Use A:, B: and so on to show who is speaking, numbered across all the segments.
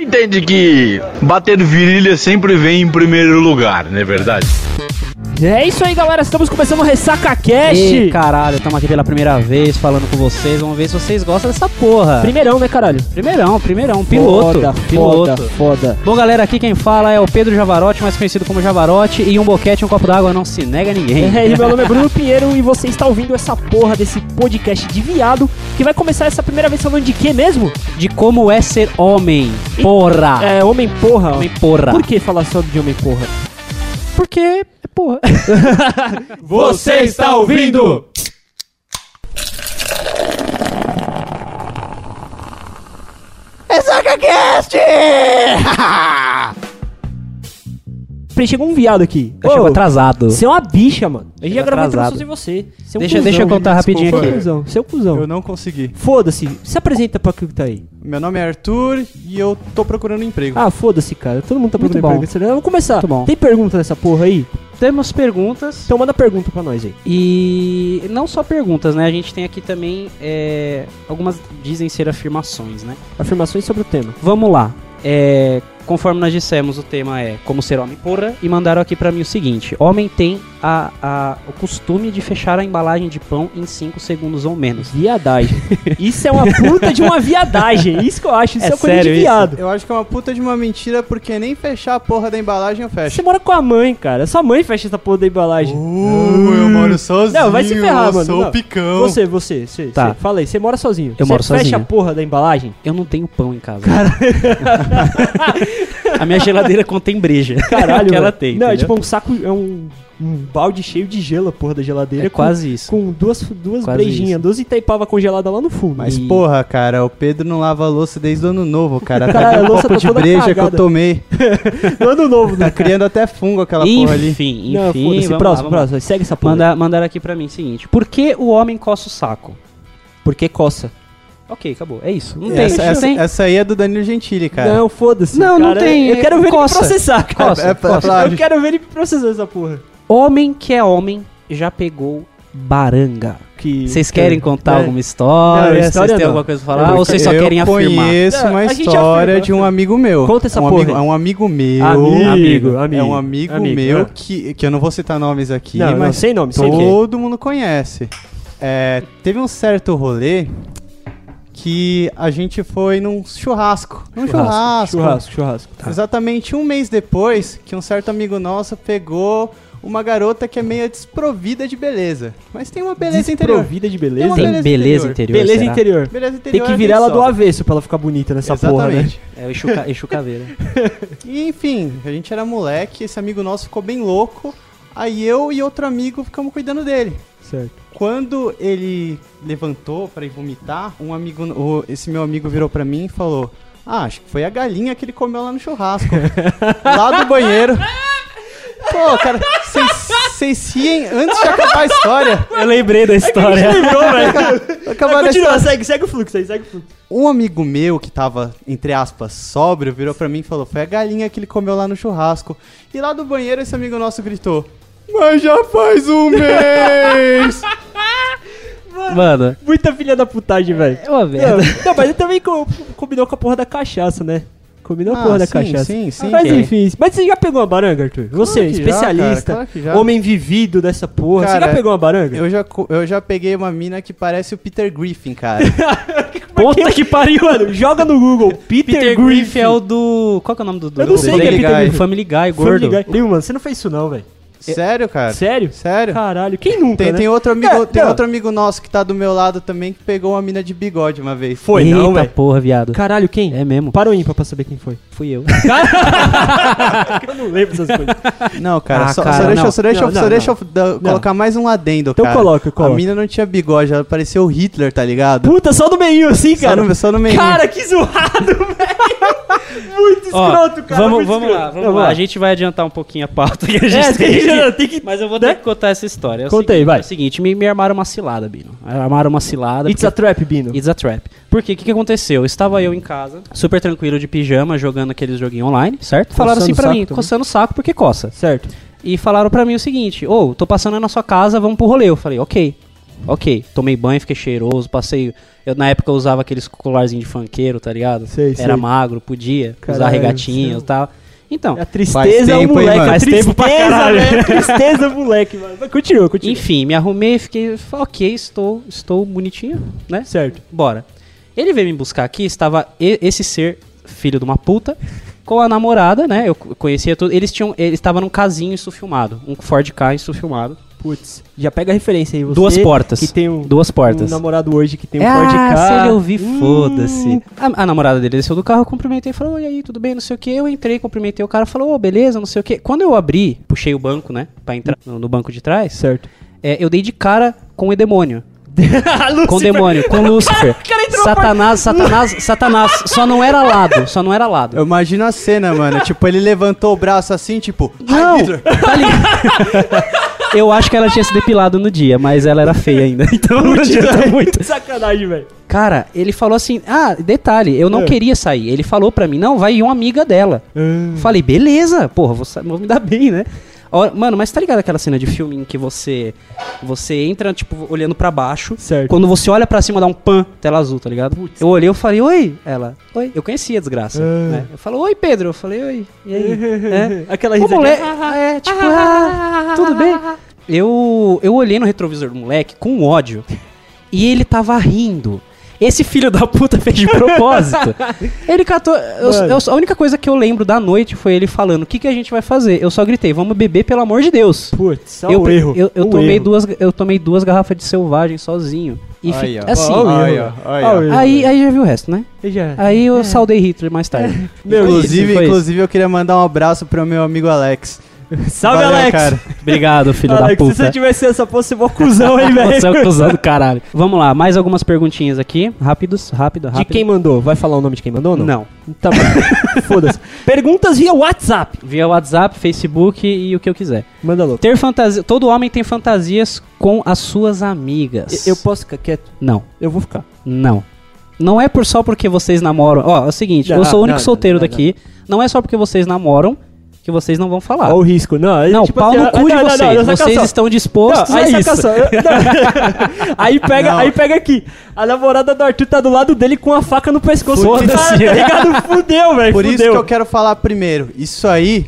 A: Entende que bater virilha sempre vem em primeiro lugar, não é verdade?
B: É isso aí, galera. Estamos começando o Ressaca
C: Ei,
B: Cash.
C: caralho, estamos aqui pela primeira vez falando com vocês. Vamos ver se vocês gostam dessa porra.
B: Primeirão, né, caralho?
C: Primeirão, primeirão, piloto.
D: Foda,
C: piloto.
D: foda, foda.
C: Bom, galera, aqui quem fala é o Pedro Javarote, mais conhecido como Javarote. E um boquete e um copo d'água não se nega a ninguém.
B: É, e meu nome é Bruno Pinheiro e você está ouvindo essa porra desse podcast de viado que vai começar essa primeira vez falando de quê mesmo?
C: De como é ser homem. Porra.
B: É, homem porra.
C: Ah. Homem porra.
B: Por que falar só de homem porra?
C: Porque é porra.
B: Você está ouvindo? Chegou um viado aqui.
C: Eu chego
B: Ô,
C: Tá, atrasado.
B: Você é uma bicha, mano. A gente ia
C: Chegou
B: gravar
C: atrasado.
B: introdução sem você. Você é um
C: Deixa-
B: cuzão.
C: deixa eu contar rapidinho
B: Você é um
C: aqui.
B: cuzão, Você é um cuzão.
D: Eu não consegui.
B: Foda-se. Se apresenta pra quem tá aí.
D: Meu nome é Arthur e eu tô procurando um emprego.
B: Ah, foda-se, cara. Todo mundo tá
C: Muito
B: perguntando
C: bom.
B: pergunta. Vamos começar.
C: Muito bom.
B: Tem pergunta nessa porra aí?
C: Temos perguntas.
B: Então manda pergunta pra nós aí.
C: E não só perguntas, né? A gente tem aqui também é, algumas dizem ser afirmações, né?
B: Afirmações sobre o tema.
C: Vamos lá. É, conforme nós dissemos, o tema é como ser homem porra. E mandaram aqui pra mim o seguinte: Homem tem a, a- o costume de fechar a embalagem de pão em 5 segundos ou menos.
B: Viadagem. Isso é uma puta de uma viadagem. Isso que eu acho. Isso é,
C: É
B: coisa de
C: sério isso?
B: viado.
D: Eu acho que é uma puta de uma mentira porque nem fechar a porra da embalagem eu
C: É.
D: fecho.
B: Você mora com a mãe, cara. Sua mãe fecha essa porra da embalagem.
D: Uh, eu moro sozinho.
B: Hum. Não, vai se ferrar,
D: eu
B: mano,
D: Sou
B: não.
D: picão.
B: Você, você, você,
C: Oh. Tá.
B: você. Fala aí, você mora sozinho.
C: Eu moro
B: você fecha
C: sozinho.
B: a porra da embalagem?
C: Eu não tenho pão em casa. a minha geladeira contém breja. é o
B: Caralho,
C: que ela
B: mano.
C: tem.
B: Não, é
C: entendeu?
B: tipo um saco, é um, um balde cheio de gelo a porra da geladeira.
C: é
B: com-
C: quase isso.
B: Com duas, duas
C: Quase
B: brejinhas,
C: isso.
B: duas Itaipava congelada lá no fundo.
D: Mas
B: E-
D: porra, cara, o Pedro não lava a louça desde o ano novo, cara.
B: Cara,
D: Tá
B: a
D: um
B: louça
D: copo
B: tá
D: de
B: toda
D: breja que eu
B: cagada.
D: tomei.
B: No ano novo, né?
D: Tá criando até fungo aquela porra ali.
C: Enfim, enfim.
B: Não, foda-se.
C: vamos lá,
B: Próximo,
C: vamos lá.
B: próximo. Segue essa porra.
C: Manda, mandaram aqui pra mim o seguinte: Por que o homem coça o saco?
B: Porque coça.
C: Ok, acabou. É isso. Não tem.
D: Essa,
C: não
D: essa,
C: tem.
D: essa aí é do Danilo Gentili, cara.
B: Não, foda-se.
C: Não, não
B: cara.
C: tem.
B: Eu quero ver
C: Coça.
B: ele me processar, cara.
C: Coça,
D: é pra-
C: coça.
D: pra-
B: Eu quero ver ele me processar essa porra.
C: Homem que é homem já pegou baranga.
B: Que...
C: Vocês querem contar
B: É.
C: alguma
B: Não,
C: história?
B: história
C: vocês têm
B: não.
C: alguma coisa pra
B: Eu
C: falar?
B: vou-
C: Ou vocês só
D: eu
C: querem afirmar?
D: conheço
B: Não,
D: uma
B: É, a gente
D: história
B: afirma.
D: de um amigo meu.
B: Conta essa
D: um
B: porra
D: Amigo,
B: aí.
D: é um amigo meu.
B: Amigo,
D: É
B: amigo,
D: um amigo,
B: amigo,
D: meu
B: é.
D: que, que eu É. não vou citar nomes aqui,
B: Não, não,
D: mas
B: sem nome, sem quê.
D: todo mundo conhece. É, teve um certo rolê que a gente foi num churrasco. Num churrasco.
B: Churrasco, Tá. churrasco.
D: Exatamente um mês depois que um certo amigo nosso pegou uma garota que é meio desprovida de beleza. Mas tem uma beleza interior.
B: Desprovida de
D: Tem uma
B: beleza.
C: Tem
D: beleza
C: beleza
D: interior.
C: interior.
B: Beleza
C: será?
B: interior.
D: Beleza interior
B: Tem que
D: é
B: virar ela do
D: viçosa.
B: avesso pra ela ficar bonita nessa porra, né?
D: Exatamente.
C: É o Exu, Ca- Exu Caveira.
D: E, enfim, a gente era moleque, esse amigo nosso ficou bem louco, aí eu e outro amigo ficamos cuidando dele.
B: Certo.
D: Quando ele levantou pra ir vomitar, um amigo, o- esse meu amigo virou pra mim e falou: "Ah, acho que foi a galinha que ele comeu lá no churrasco, lá do banheiro". Pô, cara, vocês- vocês riem antes de acabar a história.
C: Eu lembrei
B: É
C: da história.
D: Acabar a história.
B: segue, segue o fluxo aí, segue o fluxo.
D: Um amigo meu que tava, entre aspas, sóbrio, virou pra mim e falou: Foi a galinha que ele comeu lá no churrasco. E lá do banheiro, esse amigo nosso gritou: Mas já faz um mês!
C: Mano,
B: Muita filha da putagem, velho.
C: é uma
B: Não,
C: merda.
B: não, mas ele também co- combinou com a porra da cachaça, né? Combinou com a porra da cachaça.
D: Ah, Sim, sim.
B: mas
C: que-
B: enfim, mas você já pegou uma baranga, Arthur? Você,
D: que já,
B: especialista,
D: cara, claro que já.
B: homem vivido dessa porra. você
D: Cara,
B: já pegou uma baranga?
D: Eu já, co- eu já peguei uma mina que parece o Peter Griffin, cara.
C: Puta que pariu, mano.
B: Joga no Google, Peter,
C: Peter
B: Griffin.
C: Griffin é o do. Qual que é o nome do. do
B: Eu não sei
C: do
B: quem é
C: Family
B: Peter
C: Guy.
B: Griffin.
C: Family Guy,
B: Family
C: gordo.
D: um,
B: Guy. Ih, mano, você não fez isso não, velho.
D: Sério, cara?
B: Sério?
D: Sério?
B: Caralho, quem nunca,
D: Tem,
B: Ah, né?
D: tem, outro amigo,
B: É,
D: tem
B: não.
D: outro amigo nosso que tá do meu lado também que pegou uma mina de bigode uma vez.
B: Foi
C: Eita
B: não, velho.
C: porra, viado.
B: Caralho, quem?
C: É mesmo.
B: Para o ímpar pra saber quem foi.
C: Fui eu.
B: Eu não lembro essas coisas.
D: Não, cara,
C: Ah,
D: só,
C: cara,
D: só deixa,
C: não.
D: só deixa,
B: Não,
D: só
B: não,
D: deixa eu da- colocar mais um adendo,
B: Então
D: cara.
B: coloca, coloca.
D: A mina não tinha bigode, ela parecia o Hitler, tá ligado?
B: Puta, só no meio assim,
D: Só
B: cara.
D: no, só no meio.
B: Cara, que zoado, velho. Muito escroto, cara.
C: Vamos,
B: muito
C: vamos
B: escroto.
C: lá, vamos lá. A gente vai adiantar um pouquinho a pauta que a
B: É,
C: gente tem. aqui.
B: tem que...
C: Mas eu vou
B: né?
C: ter que contar essa história. É o
B: Conta aí,
C: seguinte-
B: vai.
C: É o seguinte, me, me armaram uma cilada, Bino. É, Armaram uma cilada.
B: It's
C: porque-
B: a trap, Bino.
C: It's a trap. Porque o que, que aconteceu? Estava eu em casa, super tranquilo de pijama, jogando aqueles joguinhos online, certo? Falaram
B: Coçando
C: assim
B: o
C: pra
B: saco
C: mim,
B: também.
C: coçando o saco porque coça.
B: Certo.
C: E falaram pra mim o seguinte: Ô, tô passando aí na sua casa, vamos pro rolê. Eu falei, ok. Ok, tomei banho, fiquei cheiroso, passei. Eu, na época eu usava aqueles colarzinhos de funkeiro, tá ligado?
B: Sei, sei.
C: Era magro, podia usar
B: Caralho,
C: regatinho e
B: seu-
C: tal. Então,
B: A tristeza é o
D: tempo, hein,
B: moleque.
D: mano?
B: a
C: Faz
B: tristeza,
C: tempo pra caralho.
B: velho. É Tristeza, moleque, mano. Mas Continua, continua.
C: enfim, me arrumei, fiquei, falei, ok, estou, estou bonitinho, né?
B: Certo.
C: Bora. Ele veio me buscar aqui, estava e- esse ser, filho de uma puta, com a namorada, né? Eu co- conhecia tudo. Eles tinham. Ele estava num casinho isso filmado. Um Ford K isso filmado.
B: Putz, já pega a referência aí. Você
C: Duas portas.
B: Que tem um,
C: Duas portas.
B: um namorado hoje que tem um Ford
C: ah,
B: Ka.
C: se ele ouvir,
B: Hum.
C: foda-se. A, a namorada dele desceu do carro, eu cumprimentei, falou, "Oi, e aí, tudo bem, não sei o que. Eu entrei, cumprimentei o cara, falou, ô, beleza, não sei o que. Quando eu abri, puxei o banco, né, pra entrar no, no banco de trás,
B: Certo.
C: é, eu dei de cara com o demônio. Com o
B: Lucifer.
C: demônio, com Lúcifer.
B: Ah, cara entrou na
C: Satanás, Satanás, Satanás. Só não era lado, só não era lado.
D: Eu imagino a cena, mano. tipo, ele levantou o braço assim, tipo,
C: Não,
D: "Ai, Hitler."
C: tá ligado? Eu acho que ela tinha se depilado no dia, mas ela era feia ainda, então não adianta muito.
B: Sacanagem, velho.
C: Cara, ele falou assim: Ah, detalhe, eu não
B: É.
C: queria sair. Ele falou pra mim: Não, vai ir uma amiga dela.
B: Ah, Hum.
C: Falei: Beleza, porra, vou, sa- vou me dar bem, né? A hora- Mano, mas tá ligado aquela cena de filme em que você você entra, tipo, olhando pra baixo.
B: Certo.
C: Quando você olha pra cima, dá um pan, tela azul, tá ligado? Eu olhei, eu falei, oi. Ela, oi. Eu conhecia a desgraça.
B: Ah. Uhum.
C: né? Eu falei, oi, Pedro. Eu falei, oi. E aí? É.
B: Aquela
C: O
B: risada.
C: moleque, é, tipo, ah, tudo bem. Eu, eu olhei no retrovisor do moleque com ódio e ele tava rindo. Esse filho da puta fez de propósito. ele catou. eu-
B: Mano.
C: eu- a única coisa que eu lembro da noite foi ele falando: o que, que a gente vai fazer? Eu só gritei: vamos beber, pelo amor de Deus.
B: Putz, só
C: eu,
B: um erro.
C: Eu, eu
B: um
C: tomei
B: erro.
C: duas, eu tomei duas garrafas de selvagem sozinho. E fi-
D: Aí, ó.
C: assim.
B: Ó, ó,
D: Aí, ó,
B: erro.
D: aí,
B: Ó, o
D: ó.
B: erro.
C: aí, aí já viu o resto, né?
B: E já.
C: Aí eu saudei Hitler mais tarde.
B: É. Meu,
C: Foi isso,
D: inclusive,
C: foi isso.
D: inclusive, eu queria mandar um abraço pro meu amigo Alex.
B: Salve,
D: Valeu,
B: Alex.
D: cara.
C: Obrigado, filho da
B: Alex,
C: puta.
B: é se você tivesse essa porra, você é mó cuzão, hein, velho.
C: Você é um cuzão do caralho. Vamos lá, mais algumas perguntinhas aqui. Rápidos, rápido,
B: De
C: rápido.
B: quem mandou? Vai falar o nome de quem mandou ou não?
C: Não.
B: Tá bom. Foda-se. Perguntas via WhatsApp.
C: Via WhatsApp, Facebook e o que eu quiser.
B: Manda louco.
C: Ter fantasia. Todo homem tem fantasias com as suas amigas.
B: Eu posso ficar quieto?
C: Não,
B: Eu vou ficar.
C: não. Não é por só porque vocês namoram. Ó, é o seguinte,
B: Não,
C: eu sou o único
B: não,
C: solteiro
B: não, não,
C: daqui. Não. é só porque vocês namoram que vocês não vão falar.
B: Olha o risco. Não, é
C: Não,
B: tipo
C: pau
B: assim,
C: no
B: ah,
C: cu de
B: não, não,
C: vocês.
B: não, saca
C: vocês
B: só.
C: estão
B: Não,
C: dispostos
B: aí,
C: a
B: saca
C: isso.
B: só. Não. aí pega,
D: Não.
B: aí pega aqui. A namorada do Arthur tá do lado dele com a faca no pescoço.
C: Foda-se.
B: Cara, tá ligado? Fudeu, velho.
D: Por
B: fudeu.
D: isso que eu quero falar primeiro. Isso aí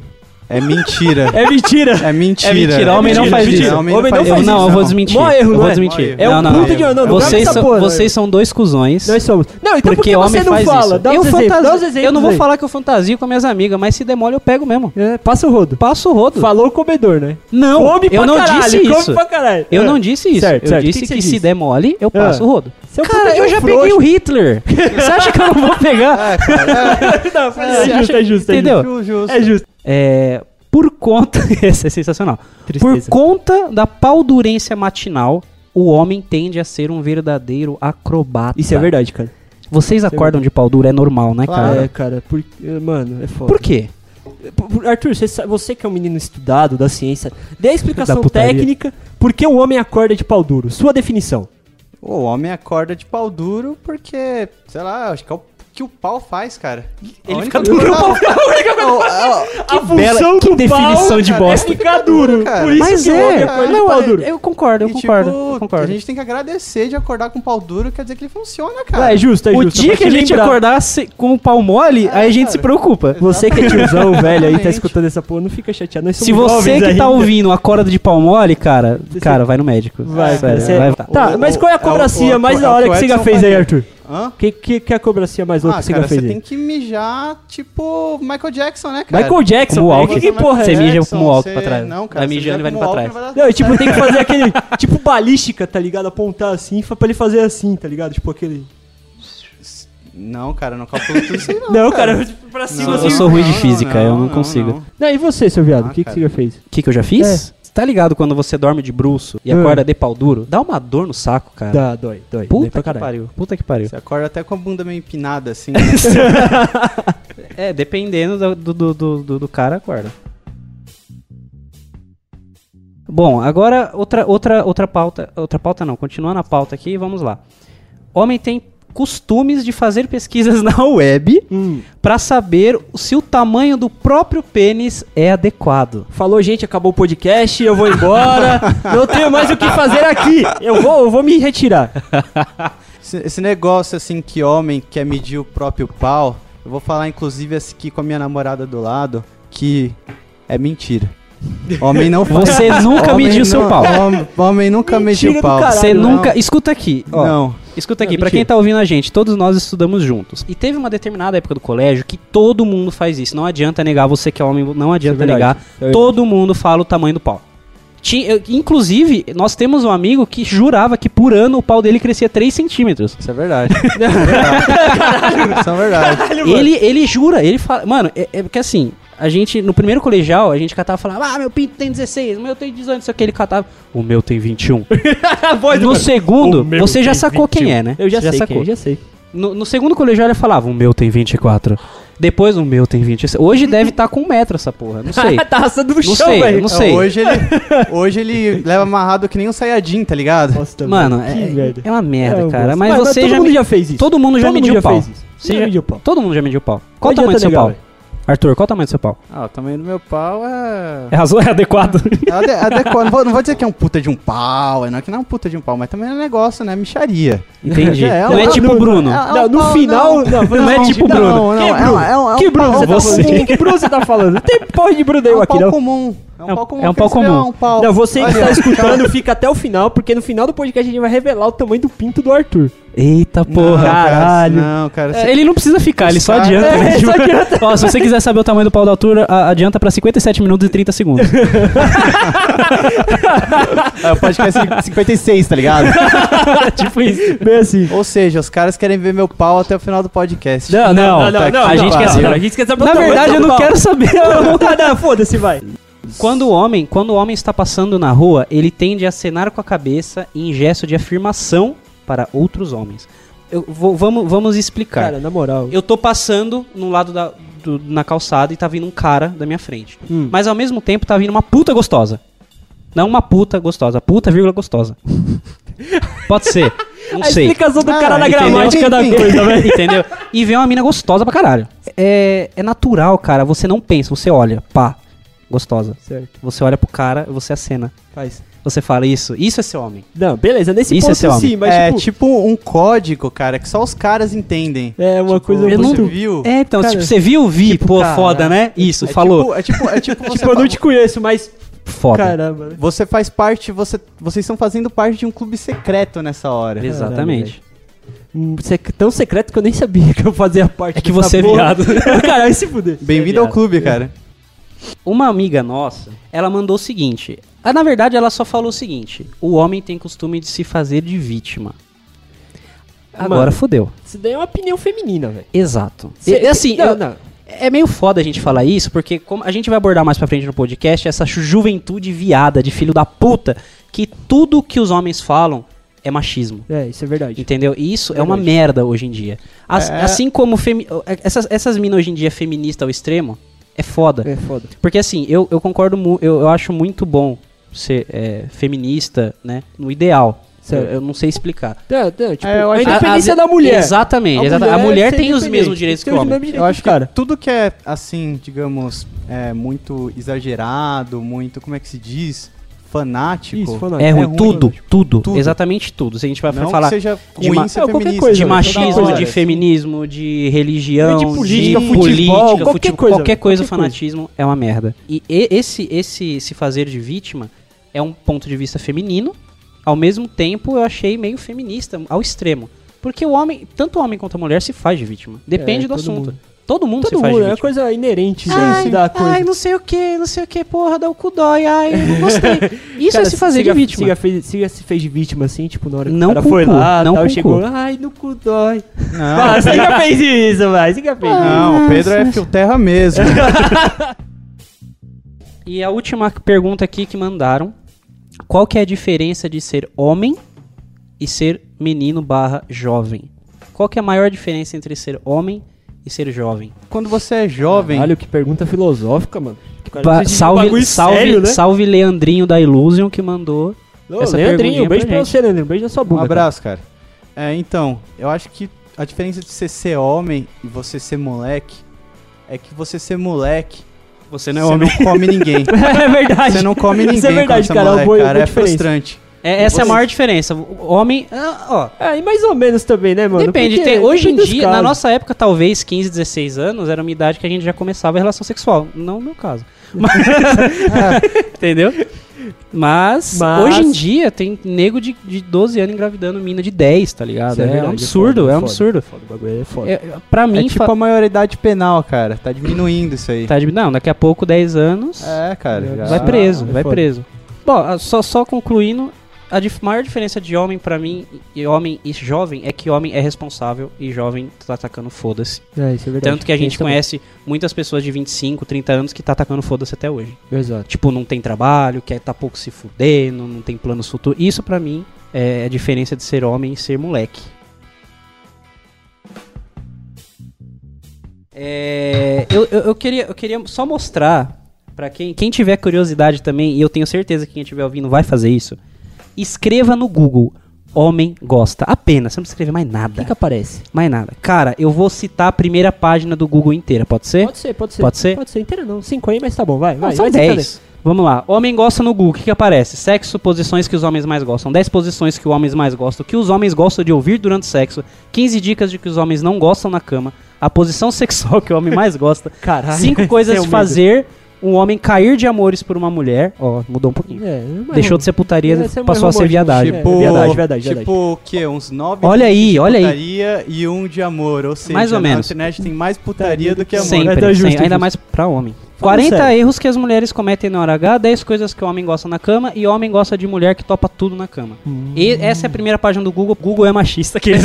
D: é mentira.
B: É mentira.
D: É mentira.
C: É mentira, homem não faz isso.
D: Homem
B: Homem
D: não
B: não
C: Eu,
D: faz
B: faz
D: isso.
C: não, eu vou
B: não.
C: desmentir.
B: Mó erro,
C: eu
B: não
C: vou
B: é?
C: desmentir.
B: É um
C: não, não,
B: puta de- não, não,
C: não.
B: não grava
C: Vocês,
B: essa
C: são,
B: porra,
C: vocês
B: velho.
C: são dois cuzões.
B: Nós somos. Não, então por
C: Porque
B: que
C: homem
B: você não
C: faz
B: fala?
C: isso.
B: Dá
C: eu
B: uns exemplos, dá uns
C: fantasio,
B: exemplos
C: eu não vou
B: aí.
C: falar que eu fantasio com minhas amigas, mas se demole eu pego mesmo.
B: É, passa o rodo.
C: Passo o rodo.
B: Falou o comedor, né?
C: Não,
B: Come
C: eu
B: pra
C: não
B: caralho,
C: disse
B: come
C: isso.
B: pra caralho.
C: Eu
B: É.
C: não disse isso.
B: Certo,
C: eu
B: certo.
C: disse
B: O que
C: que,
B: que você
C: se
B: disse?
C: demole eu passo o rodo.
B: Você é um puta
C: Cara,
B: de
C: eu
B: um
C: já
B: frouxo.
C: peguei o Hitler. Você acha que eu não vou pegar?
B: Não, foi- é,
C: Você
B: justo,
C: acha-
B: é justo,
C: entendeu?
B: é justo. É justo.
C: É, por conta. Essa é sensacional.
B: Tristeza.
C: Por conta da paudurência matinal, o homem tende a ser um verdadeiro acrobata.
B: Isso é verdade, cara.
C: Vocês acordam de pau dura, é normal, né,
D: Claro.
C: cara?
B: É, cara, por... é, mano, é foda.
C: Por quê?
B: Por- por- Arthur, você, sa- você que é um menino estudado da ciência, dê a explicação
C: Da putaria.
B: técnica por que o homem acorda de pau duro. Sua definição.
D: O homem acorda de pau duro porque, sei lá, acho que é o que o pau faz, cara. Ele
C: fica duro, o pau
B: a
C: bela- que definição de
B: cara,
C: bosta.
B: É ficar duro.
D: Cara,
B: Por isso
C: Mas
B: que o homem
C: é,
B: acorda de
C: não,
B: pau
C: eu-
B: duro. tá,
C: eu concordo, eu
D: E,
C: concordo,
D: tipo,
C: eu concordo.
D: A gente tem que agradecer de acordar com pau duro, quer dizer que ele funciona, cara.
B: Ah, é justo, é
C: o
B: justo. É,
C: dia
B: só
C: que a gente
B: lembrar.
C: acordasse com o pau mole, aí a gente
D: cara.
C: se preocupa.
B: Você que é tiozão, velho, aí tá
D: Exatamente.
B: escutando essa porra, não fica chateado. Nós
C: Se
B: somos
C: você
B: jovens
C: que tá
B: ainda.
C: ouvindo acorda de pau mole, cara, cara, vai no médico.
B: Vai,
C: Sério,
B: cara, você-
C: vai-
B: Tá,
D: O-
B: mas qual é a
D: é o-
B: cobracinha
D: o-
B: mais
D: é
B: da
D: o
B: hora
D: que
B: que
D: o
B: você já
D: Edson
B: fez aí,
D: fazia.
B: Arthur?
D: Hã?
B: O que, que, que a acrobacia mais louca
D: ah,
B: que você
D: cara,
B: já fez?
D: você
B: aí?
D: tem que mijalar tipo Michael Jackson, né, cara?
B: Michael Jackson,
C: Como
B: cara,
C: walk.
B: que, que porra
C: Você
B: é?
D: Michael
C: mija
D: Jackson,
C: com o walk
D: você-
C: pra trás.
D: Não,
C: Vai
D: cara. você
C: Tá mijando e
D: mija
C: vai
D: com
C: indo pra
D: o walk,
C: trás.
D: não vai dar
B: Não, e, tipo, tem que fazer aquele. Tipo, balística, tá ligado? Apontar assim, foi pra ele fazer assim, tá ligado? Tipo, aquele.
D: Não, cara, não calculo tudo isso aí, não.
B: Não, cara, tipo, pra cima
D: Não,
B: assim.
C: Eu sou ruim de
D: não, não,
C: física, eu não
D: não,
C: consigo.
D: não.
B: Não, e você, seu viado? O
D: Ah,
B: que, que você
D: cara.
B: já fez?
C: O que, que eu já fiz? Tá ligado quando você dorme de bruxo e
B: É. Hum.
C: acorda de pau duro? Dá uma dor no saco, cara.
B: Dá, dói, dói. dói
C: Puta
B: pra
C: que
B: caralho.
C: pariu. Puta que pariu.
D: Você acorda até com a bunda meio empinada, assim.
C: É, dependendo do, do- do, do, do, do cara, acorda. Bom, agora outra, outra, outra pauta. Outra pauta não, continuando a pauta aqui, vamos lá. Homem tem costumes de fazer pesquisas na web
B: Hum.
C: pra saber se o tamanho do próprio pênis é adequado.
B: Falou, gente, acabou o podcast, eu vou embora. não tenho mais o que fazer aqui. Eu vou, eu vou me retirar.
D: esse, esse negócio, assim, que homem quer medir o próprio pau, eu vou falar, inclusive, aqui com a minha namorada do lado, que é mentira. Homem não faz.
C: Você nunca
D: Homem
C: mediu seu
D: não-
C: pau.
D: Homem, homem nunca
B: Mentira
D: mediu
B: do
D: o pau.
B: caralho. né?
C: Você
D: Não,
C: nunca. Escuta aqui, ó.
D: Não.
C: Escuta aqui,
B: Não,
C: pra
B: É, mentira.
C: quem tá ouvindo a gente, todos nós estudamos juntos. E teve uma determinada época do colégio que todo mundo faz isso. Não adianta negar, você que é homem, não adianta
B: verdade. É
C: negar.
B: verdade.
C: Todo mundo fala o tamanho do pau. Ti- eu- inclusive, nós temos um amigo que jurava que por ano o pau dele crescia 3 centímetros.
D: Isso é verdade. Isso é verdade. Isso é verdade.
C: Ele, ele jura, ele fala. Mano, é, é porque assim, a gente, no primeiro colegial, a gente catava e falava, ah, meu pinto tem 16, o meu tem 18, não sei o que. Ele catava, o meu tem 21. no segundo,
B: "O meu
C: você já
B: tem
C: sacou quem é, né?
B: Eu já,
C: Você
B: sei, quem é, já sei.
C: No, no segundo colegial ele falava, o meu tem 24. Depois o meu tem 26. Hoje deve estar com um metro essa porra, não sei.
B: tá assando no
C: Não
B: chão,
C: sei,
B: velho.
C: não sei.
D: Hoje ele, hoje ele leva amarrado que nem um Sayajin, tá ligado?
B: Nossa, tá
C: Mano,
B: bom.
C: é,
B: Que merda.
C: é uma merda,
B: É, eu
C: cara.
B: gosto.
C: Mas, você
B: todo
C: já,
B: mundo
C: me-
B: já É. fez isso.
C: Todo mundo já mediu o pau.
B: fez isso.
C: Você
B: Você já
C: já-
B: mediu o pau.
C: Todo mundo já mediu o pau. Qual o
B: Não
C: tamanho do
B: adianta
C: seu
B: negar,
C: pau?
B: velho.
C: Arthur, qual o tamanho do seu pau?
D: Ah, o tamanho do meu pau é.
C: É razo... é adequado.
D: É ade- adequado. Não vou, não vou dizer que é um puta de um pau, é não, que não é um puta de um pau, mas também é um negócio, né? Micharia.
C: Entendi.
D: Já é
C: não é
D: uma-
C: tipo o
B: não,
C: Bruno.
D: É- é um
B: Não, no
D: pau-
B: final. Não, não,
C: Não é tipo
B: não,
C: Bruno.
D: Não, não,
B: Quem é
D: é,
B: Bruno?
D: um- é um, é um
B: Que Bruno
D: pau,
B: você tá
D: você.
B: falando? Que Bruno você tá falando? Não tem porra de Bruno
D: É
B: eu
D: um
B: aqui,
D: pau
B: não.
D: comum. É
C: É um-
D: um pau comum.
C: é um
D: que eles
C: pau
D: viram,
C: comum.
D: um pau.
B: Não, você que
D: Olha,
B: está escutando, fica até o final, porque no final do podcast a gente vai revelar o tamanho do pinto do Arthur.
C: Eita porra.
D: cara,
B: caralho.
D: Não, cara, você-
C: Ele não precisa ficar, ele só
D: Os caras-
C: adianta.
B: É,
C: né?
B: só
C: Tipo, Ó, se você quiser saber o tamanho do pau da altura, a- adianta pra 57 minutos e 30 segundos.
D: é o podcast 56, tá ligado?
C: tipo isso.
B: Bem assim.
D: Ou seja, os caras querem ver meu pau até o final do podcast.
C: Não, não,
D: tá
C: a
D: aqui,
C: gente
D: tá
C: quer
D: aqui.
C: saber.
B: A gente quer saber o
C: Na
B: tamanho
C: verdade,
B: do
C: eu não
B: pau.
C: quero saber.
B: Ah, não, foda-se, vai.
C: Quando o homem, quando o homem está passando na rua, ele tende a acenar com a cabeça em gesto de afirmação para outros homens. Eu vou- vamos, vamos explicar.
B: Cara, na moral.
C: eu tô passando no lado da do- na calçada e tá vindo um cara da minha frente.
B: Hum.
C: Mas ao mesmo tempo tá vindo uma puta gostosa. Não uma puta gostosa, puta vírgula gostosa. Pode ser. Não
B: a
C: sei.
B: explicação do
D: Ah,
B: cara Tá na
D: entendeu?
B: gramática da
D: Enfim.
B: coisa, velho.
C: Entendeu? E vem uma mina gostosa pra caralho. É, é natural, cara. Você não pensa, você olha, pá, gostosa.
B: Certo,
C: Você olha pro cara, você acena.
B: faz.
C: Você fala isso, isso é seu homem.
B: Não, beleza, nesse
C: Isso é
B: ponto
C: seu
B: sim, mas
D: é
B: tipo,
D: tipo um código, cara, que só os caras entendem.
B: É uma
D: Tipo,
B: coisa
D: você
C: eu não-
B: muito...
D: viu?
C: É, então,
B: Cara,
C: tipo, você viu, vi, pô,
B: cara,
C: foda, né? Isso,
D: É
C: falou,
D: tipo- é tipo, é tipo você
B: Tipo, eu
D: fa-
B: não te conheço, mas...
C: foda.
B: Caramba, né?
D: Você faz parte, você, vocês estão fazendo parte de um clube secreto nessa hora.
C: Exatamente.
B: Hum, Você é tão secreto que eu nem sabia que eu fazia parte
C: É que
B: dessa
C: você é
B: porra.
C: viado.
B: Caralho, vai se fuder.
D: Bem-vindo ao clube, cara.
C: Uma amiga nossa, ela mandou o seguinte. Ah, na verdade, ela só falou o seguinte: o homem tem costume de se fazer de vítima. Agora
B: Mano.
C: fodeu.
B: Isso daí é uma opinião feminina, velho.
C: Exato.
B: Cê-
C: E- e assim,
B: não,
C: eu-
B: não.
C: é meio foda a gente falar isso, porque como a gente vai abordar mais pra frente no podcast essa ju- juventude viada de filho da puta que tudo que os homens falam é machismo.
B: É, isso é verdade.
C: Entendeu? E isso é uma merda hoje em dia. As- Assim como femi- essas, essas minas hoje em dia feminista ao extremo, é foda.
B: É foda.
C: Porque assim, eu, eu concordo, mu- eu, eu acho muito bom ser é, feminista, né? No ideal. Eu,
B: Certo.
C: eu não sei explicar.
B: Não, não, tipo,
D: É, eu
B: a
D: acho-
B: independência
C: As-
B: da mulher.
C: Exatamente. exata- A mulher, tem os
B: independente,
C: mesmos direitos que
B: tem
C: o
B: os
C: homem.
B: mesmos
D: Eu
B: direitos
D: acho
B: que o cara.
D: que tudo que é, assim, digamos, é, muito exagerado, muito, como é que se diz? Fanático.
B: Isso, fanático.
C: É, ruim,
D: ruim,
C: tudo,
B: Tipo,
D: lógico.
C: tudo,
D: Tudo.
C: Exatamente tudo. Se a gente vai
D: Não
C: falar
D: que seja
C: de
D: ruim
C: ma-
D: ser
B: É, qualquer
D: feminista. né?
B: coisa,
C: de
B: toda
C: machismo,
B: hora,
C: de
D: assim.
C: feminismo, de religião,
B: De
C: de
B: política,
C: política,
B: futebol, qualquer
C: futebol,
B: coisa,
C: qualquer coisa,
B: qualquer
C: fanatismo é uma merda. E e- esse esse se fazer de vítima é um ponto de vista feminino, ao mesmo tempo eu achei meio feminista ao extremo. Porque o homem, tanto o homem quanto a mulher se faz de vítima. Depende
B: É,
C: do
B: todo
C: assunto.
B: mundo.
C: Todo mundo se
B: Todo
C: faz
B: mundo,
C: de
B: é uma
C: vítima.
B: coisa inerente
C: Ai,
B: gente, da coisa.
C: ai, não sei o que, não sei o que, porra, dá o cu dói, ai, não gostei. Isso
B: Cara,
C: é se fazer
B: siga-
C: de vítima.
B: Siga, fez, siga se fez de vítima, assim, tipo, na hora que
C: Não
B: o cara
C: com
B: foi
C: o cu,
B: lá,
C: não
B: tal,
C: com o
B: chegou,
C: cu.
B: ai, no cu dói.
D: Não,
B: Ah, siga fez isso, vai, siga fez isso.
D: não, o Pedro é fio terra mesmo.
C: E a última pergunta aqui que mandaram. Qual que é a diferença de ser homem e ser menino barra jovem? Qual que é a maior diferença entre ser homem e ser jovem?
D: Quando você é jovem,
B: Caralho, que pergunta filosófica, mano. Cara,
C: Ba-
B: precisa de um
C: salve,
B: bagulho
C: salve,
B: sério, né?
C: salve Leandrinho da Illusion que mandou.
B: Ô,
C: essa
B: Leandrinho,
C: perguntinha
B: beijo
C: pra
B: pra, você, Leandrinho. Beijo na sua
D: um
B: bunda.
D: abraço, cara. É, então, eu acho que a diferença de você ser homem e você ser moleque é que você ser moleque,
C: Você
D: você não é come ninguém.
B: cara. é verdade.
D: Você não come ninguém
B: Isso é verdade,
D: quando você é
B: cara, é uma
D: moleque,
B: boa-
D: cara.
B: boa
D: É
B: diferença.
D: frustrante.
C: É, essa é a
D: Você-
C: maior diferença. O homem, ah, ó,
B: É, e mais ou menos também, né, mano?
C: Depende,
B: Porque
C: tem- hoje em
B: depende dos
C: dia, na
B: casos.
C: nossa época, talvez 15, 16 anos, era uma idade que a gente já começava a relação sexual. Não no meu caso. Mas, entendeu? Mas,
B: É. Mas-
C: hoje em dia tem nego de, de 12 anos engravidando mina de 10, tá ligado?
B: Isso
C: É, um
B: verdade, foda,
C: absurdo, é um
B: foda,
C: absurdo.
B: Foda, o bagulho é foda.
C: É, pra
D: É
C: mim,
D: tipo
C: fa-
D: a maioridade penal, cara. Tá diminuindo isso aí.
C: tá de- não, daqui a pouco 10 anos,
D: É, cara. já-
C: vai preso,
B: é
C: vai
B: foda.
C: preso. Bom, ah, só, só concluindo, a dif- maior diferença de homem pra mim e homem e jovem é que homem é responsável e jovem tá atacando foda-se.
B: É, isso é verdade.
C: Tanto que a
B: Tem
C: gente
B: isso também.
C: conhece muitas pessoas de 25, 30 anos que tá atacando foda-se até hoje.
B: Exato.
C: Tipo, não tem trabalho, quer tá pouco se fudendo, não tem planos futuros. Isso pra mim é a diferença de ser homem e ser moleque. É, eu, eu, eu queria, eu queria só mostrar pra quem, quem tiver curiosidade também, e eu tenho certeza que quem estiver ouvindo vai fazer isso. Escreva no Google Homem Gosta. Apenas, você não precisa escrever mais
B: O que
C: nada.
B: que aparece?
C: Mais nada. Cara, eu vou citar a primeira página do Google inteira, pode ser?
B: É. Pode ser, pode ser.
C: Pode ser?
B: Pode ser inteira não. Cinco aí, mas tá bom, vai.
C: Não,
B: vai
C: são
B: vai se
C: 10. Vamos lá. Homem gosta no Google, o que, que aparece? Sexo, posições que os homens mais gostam. 10 posições que os homens mais gostam. Que os homens gostam de ouvir durante o sexo. 15 dicas de que os homens não gostam na cama. A posição sexual que o homem mais gosta.
B: foder. Caralho. É
C: Cinco coisas
B: Seu
C: de
B: medo.
C: fazer um homem cair de amores por uma mulher. Ó, mudou um pouquinho.
B: É, mas-
C: Deixou de ser putaria,
B: É, você é um
C: passou a ser
B: romântico,
C: viadagem.
B: É, verdade, verdade,
D: tipo
B: verdade.
D: o quê? Uns nove
C: Olha aí, olha aí.
D: putaria e um de amor. Ou seja,
C: Mais ou
D: na
C: menos.
D: internet tem mais putaria do que amor.
C: Sempre,
B: Então é justo,
C: sempre,
B: justo.
C: ainda mais pra homem.
B: Fala
C: 40
B: sério.
C: erros que as mulheres cometem na hora H, 10 coisas que o homem gosta na cama e homem gosta de mulher que topa tudo na cama.
B: Hum.
C: E essa é a primeira página do Google. Google é machista, que eles.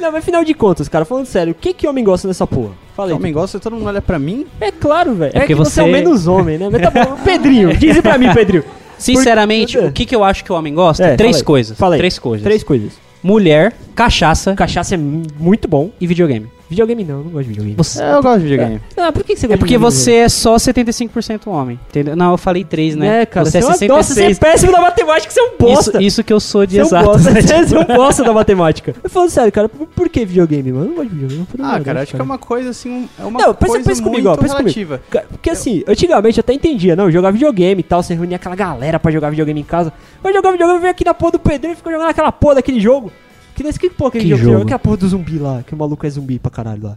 B: Não, mas afinal de contas, cara, falando sério, o que que homem gosta dessa porra? Fala aí.
D: Homem gosta, todo mundo olha pra mim.
B: É claro, velho.
C: É
B: É,
C: porque
B: que você... é o
C: você-
B: menos homem, né? Mas tá bom. Pedrinho, diz pra mim, Pedrinho.
C: Sinceramente,
B: Por-
C: o que, que eu acho que o homem gosta?
B: É,
C: três
B: fala aí,
C: coisas.
B: fala aí.
C: Três coisas.
B: Três coisas.
C: Mulher, cachaça
B: Cachaça é muito bom.
C: e videogame.
B: Videogame não, eu não gosto de videogame.
C: Você-
D: eu gosto de videogame.
B: Ah, por que que você
C: É
B: gosta de
C: porque
B: É, videogame?
C: você é só 75% homem, entendeu? Não, eu falei três, né?
B: É, cara,
C: você é
B: uma-
C: 66.
B: Nossa, você é péssimo na matemática, você é um bosta.
C: isso, isso que eu sou de
B: Você é um
C: exato. né? Tipo,
B: bosta, Você é um bosta da matemática. Eu falo sério, cara, por, por que videogame, mano? Eu não gosto de videogame. Não
D: Ah, cara, acho que é uma coisa assim, um- é uma
B: né, Não, pensa-
D: coisa
B: pensa
D: muito
B: comigo, ó, pensa comigo.
D: relativa.
B: Ca- Porque assim, antigamente eu até entendia, não, jogar videogame e tal, você reunia aquela galera pra jogar videogame em casa. Vai jogar videogame, vem aqui na porra do Pedro e fica jogando aquela porra daquele jogo. Que nesse que porra aquele
C: Que
B: jogo? que
C: jogo?
B: joga? Aquela porra do zumbi lá, que o maluco é zumbi pra caralho lá.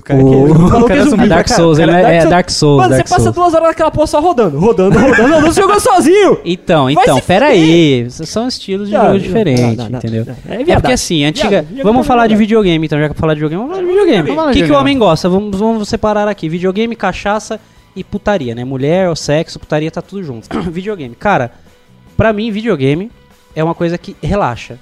B: O-
D: cara que-
B: maluco
D: cara
C: É
D: zumbi.
C: Dark Souls,
B: Cara,
C: ele é-
B: Dark
C: é
B: Souls-
C: Dark Souls.
B: Mano, você
C: Dark
B: passa
C: Souls.
B: duas horas naquela porra só rodando, rodando, rodando, rodando, você jogou sozinho!
C: Então,
B: Vai
C: então,
B: se
C: peraí. São estilos de
B: Não,
C: jogo
B: não,
C: diferentes,
B: não, não, não,
C: é entendeu?
B: não, não. É
C: É,
B: viadagem.
C: porque assim, antiga.
B: Viadagem.
C: Vamos falar de
B: Viadagem.
C: videogame, então, já que falar de videogame, vamos falar de videogame.
D: Vamos falar
C: O
D: de
C: que, que o
D: videogame.
C: homem gosta? Vamos, vamos separar aqui: videogame, cachaça e putaria, né? Mulher, ou sexo, putaria, tá tudo junto. videogame. Cara, pra mim, videogame é uma coisa que relaxa.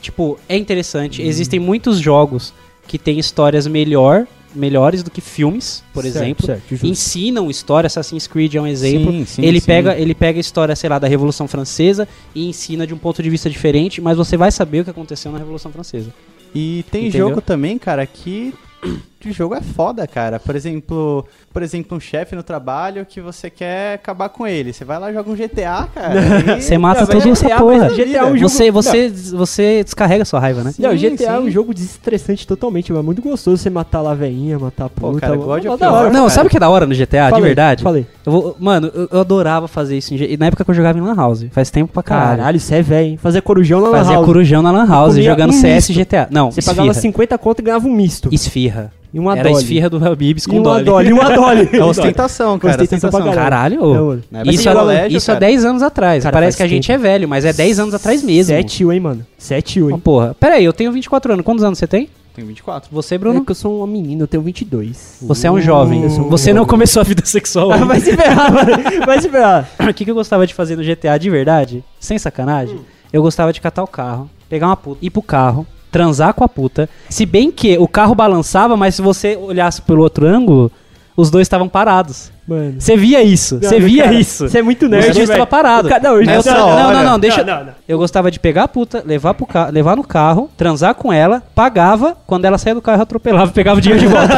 C: Tipo, é interessante.
B: Hum.
C: Existem muitos jogos que têm histórias melhor, melhores do que filmes, por
B: Certo,
C: exemplo.
B: certo, justo.
C: Ensinam história, Assassin's Creed é um exemplo
D: Sim, sim,
C: ele,
D: sim.
C: Pega, ele pega a história, sei lá, da Revolução Francesa e ensina de um ponto de vista diferente, mas você vai saber o que aconteceu na Revolução Francesa.
D: E tem
C: Entendeu?
D: jogo também, cara, que o jogo é foda, cara. Por exemplo, por exemplo, um chefe no trabalho que você quer acabar com ele. Você vai lá e joga um GTA, cara. e-
C: Você mata
D: Não, vai
C: toda essa
D: GTA,
C: porra.
D: mas é
B: GTA é um
D: vida.
B: jogo-
C: Você, você, você descarrega sua raiva, né?
B: Não,
D: Sim,
B: GTA é um
D: sim.
B: jogo desestressante totalmente, mas é muito gostoso você matar lá a veinha, matar a
D: Pô,
B: puta.
D: cara,
B: mó-
D: God
B: mó
D: of
B: da
D: War,
B: hora.
D: cara.
C: Não, sabe o que é da hora no GTA, de
B: Falei,
C: verdade?
B: Falei.
C: Eu vou- mano, eu, eu adorava fazer isso. em G- E na época que eu jogava em Lan House, faz tempo pra caralho.
B: Caralho, você é velho, hein? Fazer corujão lá na
C: Fazia
B: house.
C: corujão na Lan House,
B: comia
C: jogando
B: um
C: CS e
B: misto.
C: GTA. Não,
B: Você
C: esfirra.
B: pagava 50 conto e ganhava um misto.
C: Esfirra.
B: E uma
C: Era a
B: Dolly.
C: esfirra do Habibs com
B: e uma
C: Dolly. um
B: Dolly. E uma Dolly.
D: É ostentação, cara.
B: Ostentação pra
D: ostentação.
C: Caralho,
B: É,
C: ô.
B: mano.
D: Na época
C: Isso,
D: de
C: há-
D: colégio,
C: isso é há
D: cara.
C: 10 anos atrás.
B: Cara, faz
C: Parece que a gente
B: tempo.
C: é velho, mas é 10 anos atrás mesmo.
B: 7 hein, mano? 7
C: Uma
B: hein?
C: porra. Pera aí, eu tenho 24 anos. Quantos anos você tem?
D: Tenho 24.
C: Você,
B: É
C: Bruno?
B: que eu sou uma menina, eu tenho 22.
C: Você é um jovem.
B: eu sou um
C: Você não
B: jovem.
C: começou a vida sexual.
B: Ah,
C: ainda.
B: vai se ferrar, mano. Vai se ferrar.
C: o que, que eu gostava de fazer no GTA de verdade? Sem sacanagem. Eu gostava de catar o carro, pegar uma puta, ir pro carro, transar com a puta. Se bem que o carro balançava, mas se você olhasse pelo outro ângulo, os dois estavam parados.
B: Mano.
C: Você via isso, você via isso.
B: Você é muito
C: Os
B: nerd,
C: dois
B: velho.
C: estavam parados.
B: O ca- Não, eu
D: Nessa
B: não,
D: hora.
C: não, não, não, deixa.
B: Não, não, não.
C: Eu gostava de pegar a puta, levar, pro ca... levar no carro, transar com ela, pagava, quando ela saía do carro eu atropelava, pegava o dinheiro de volta.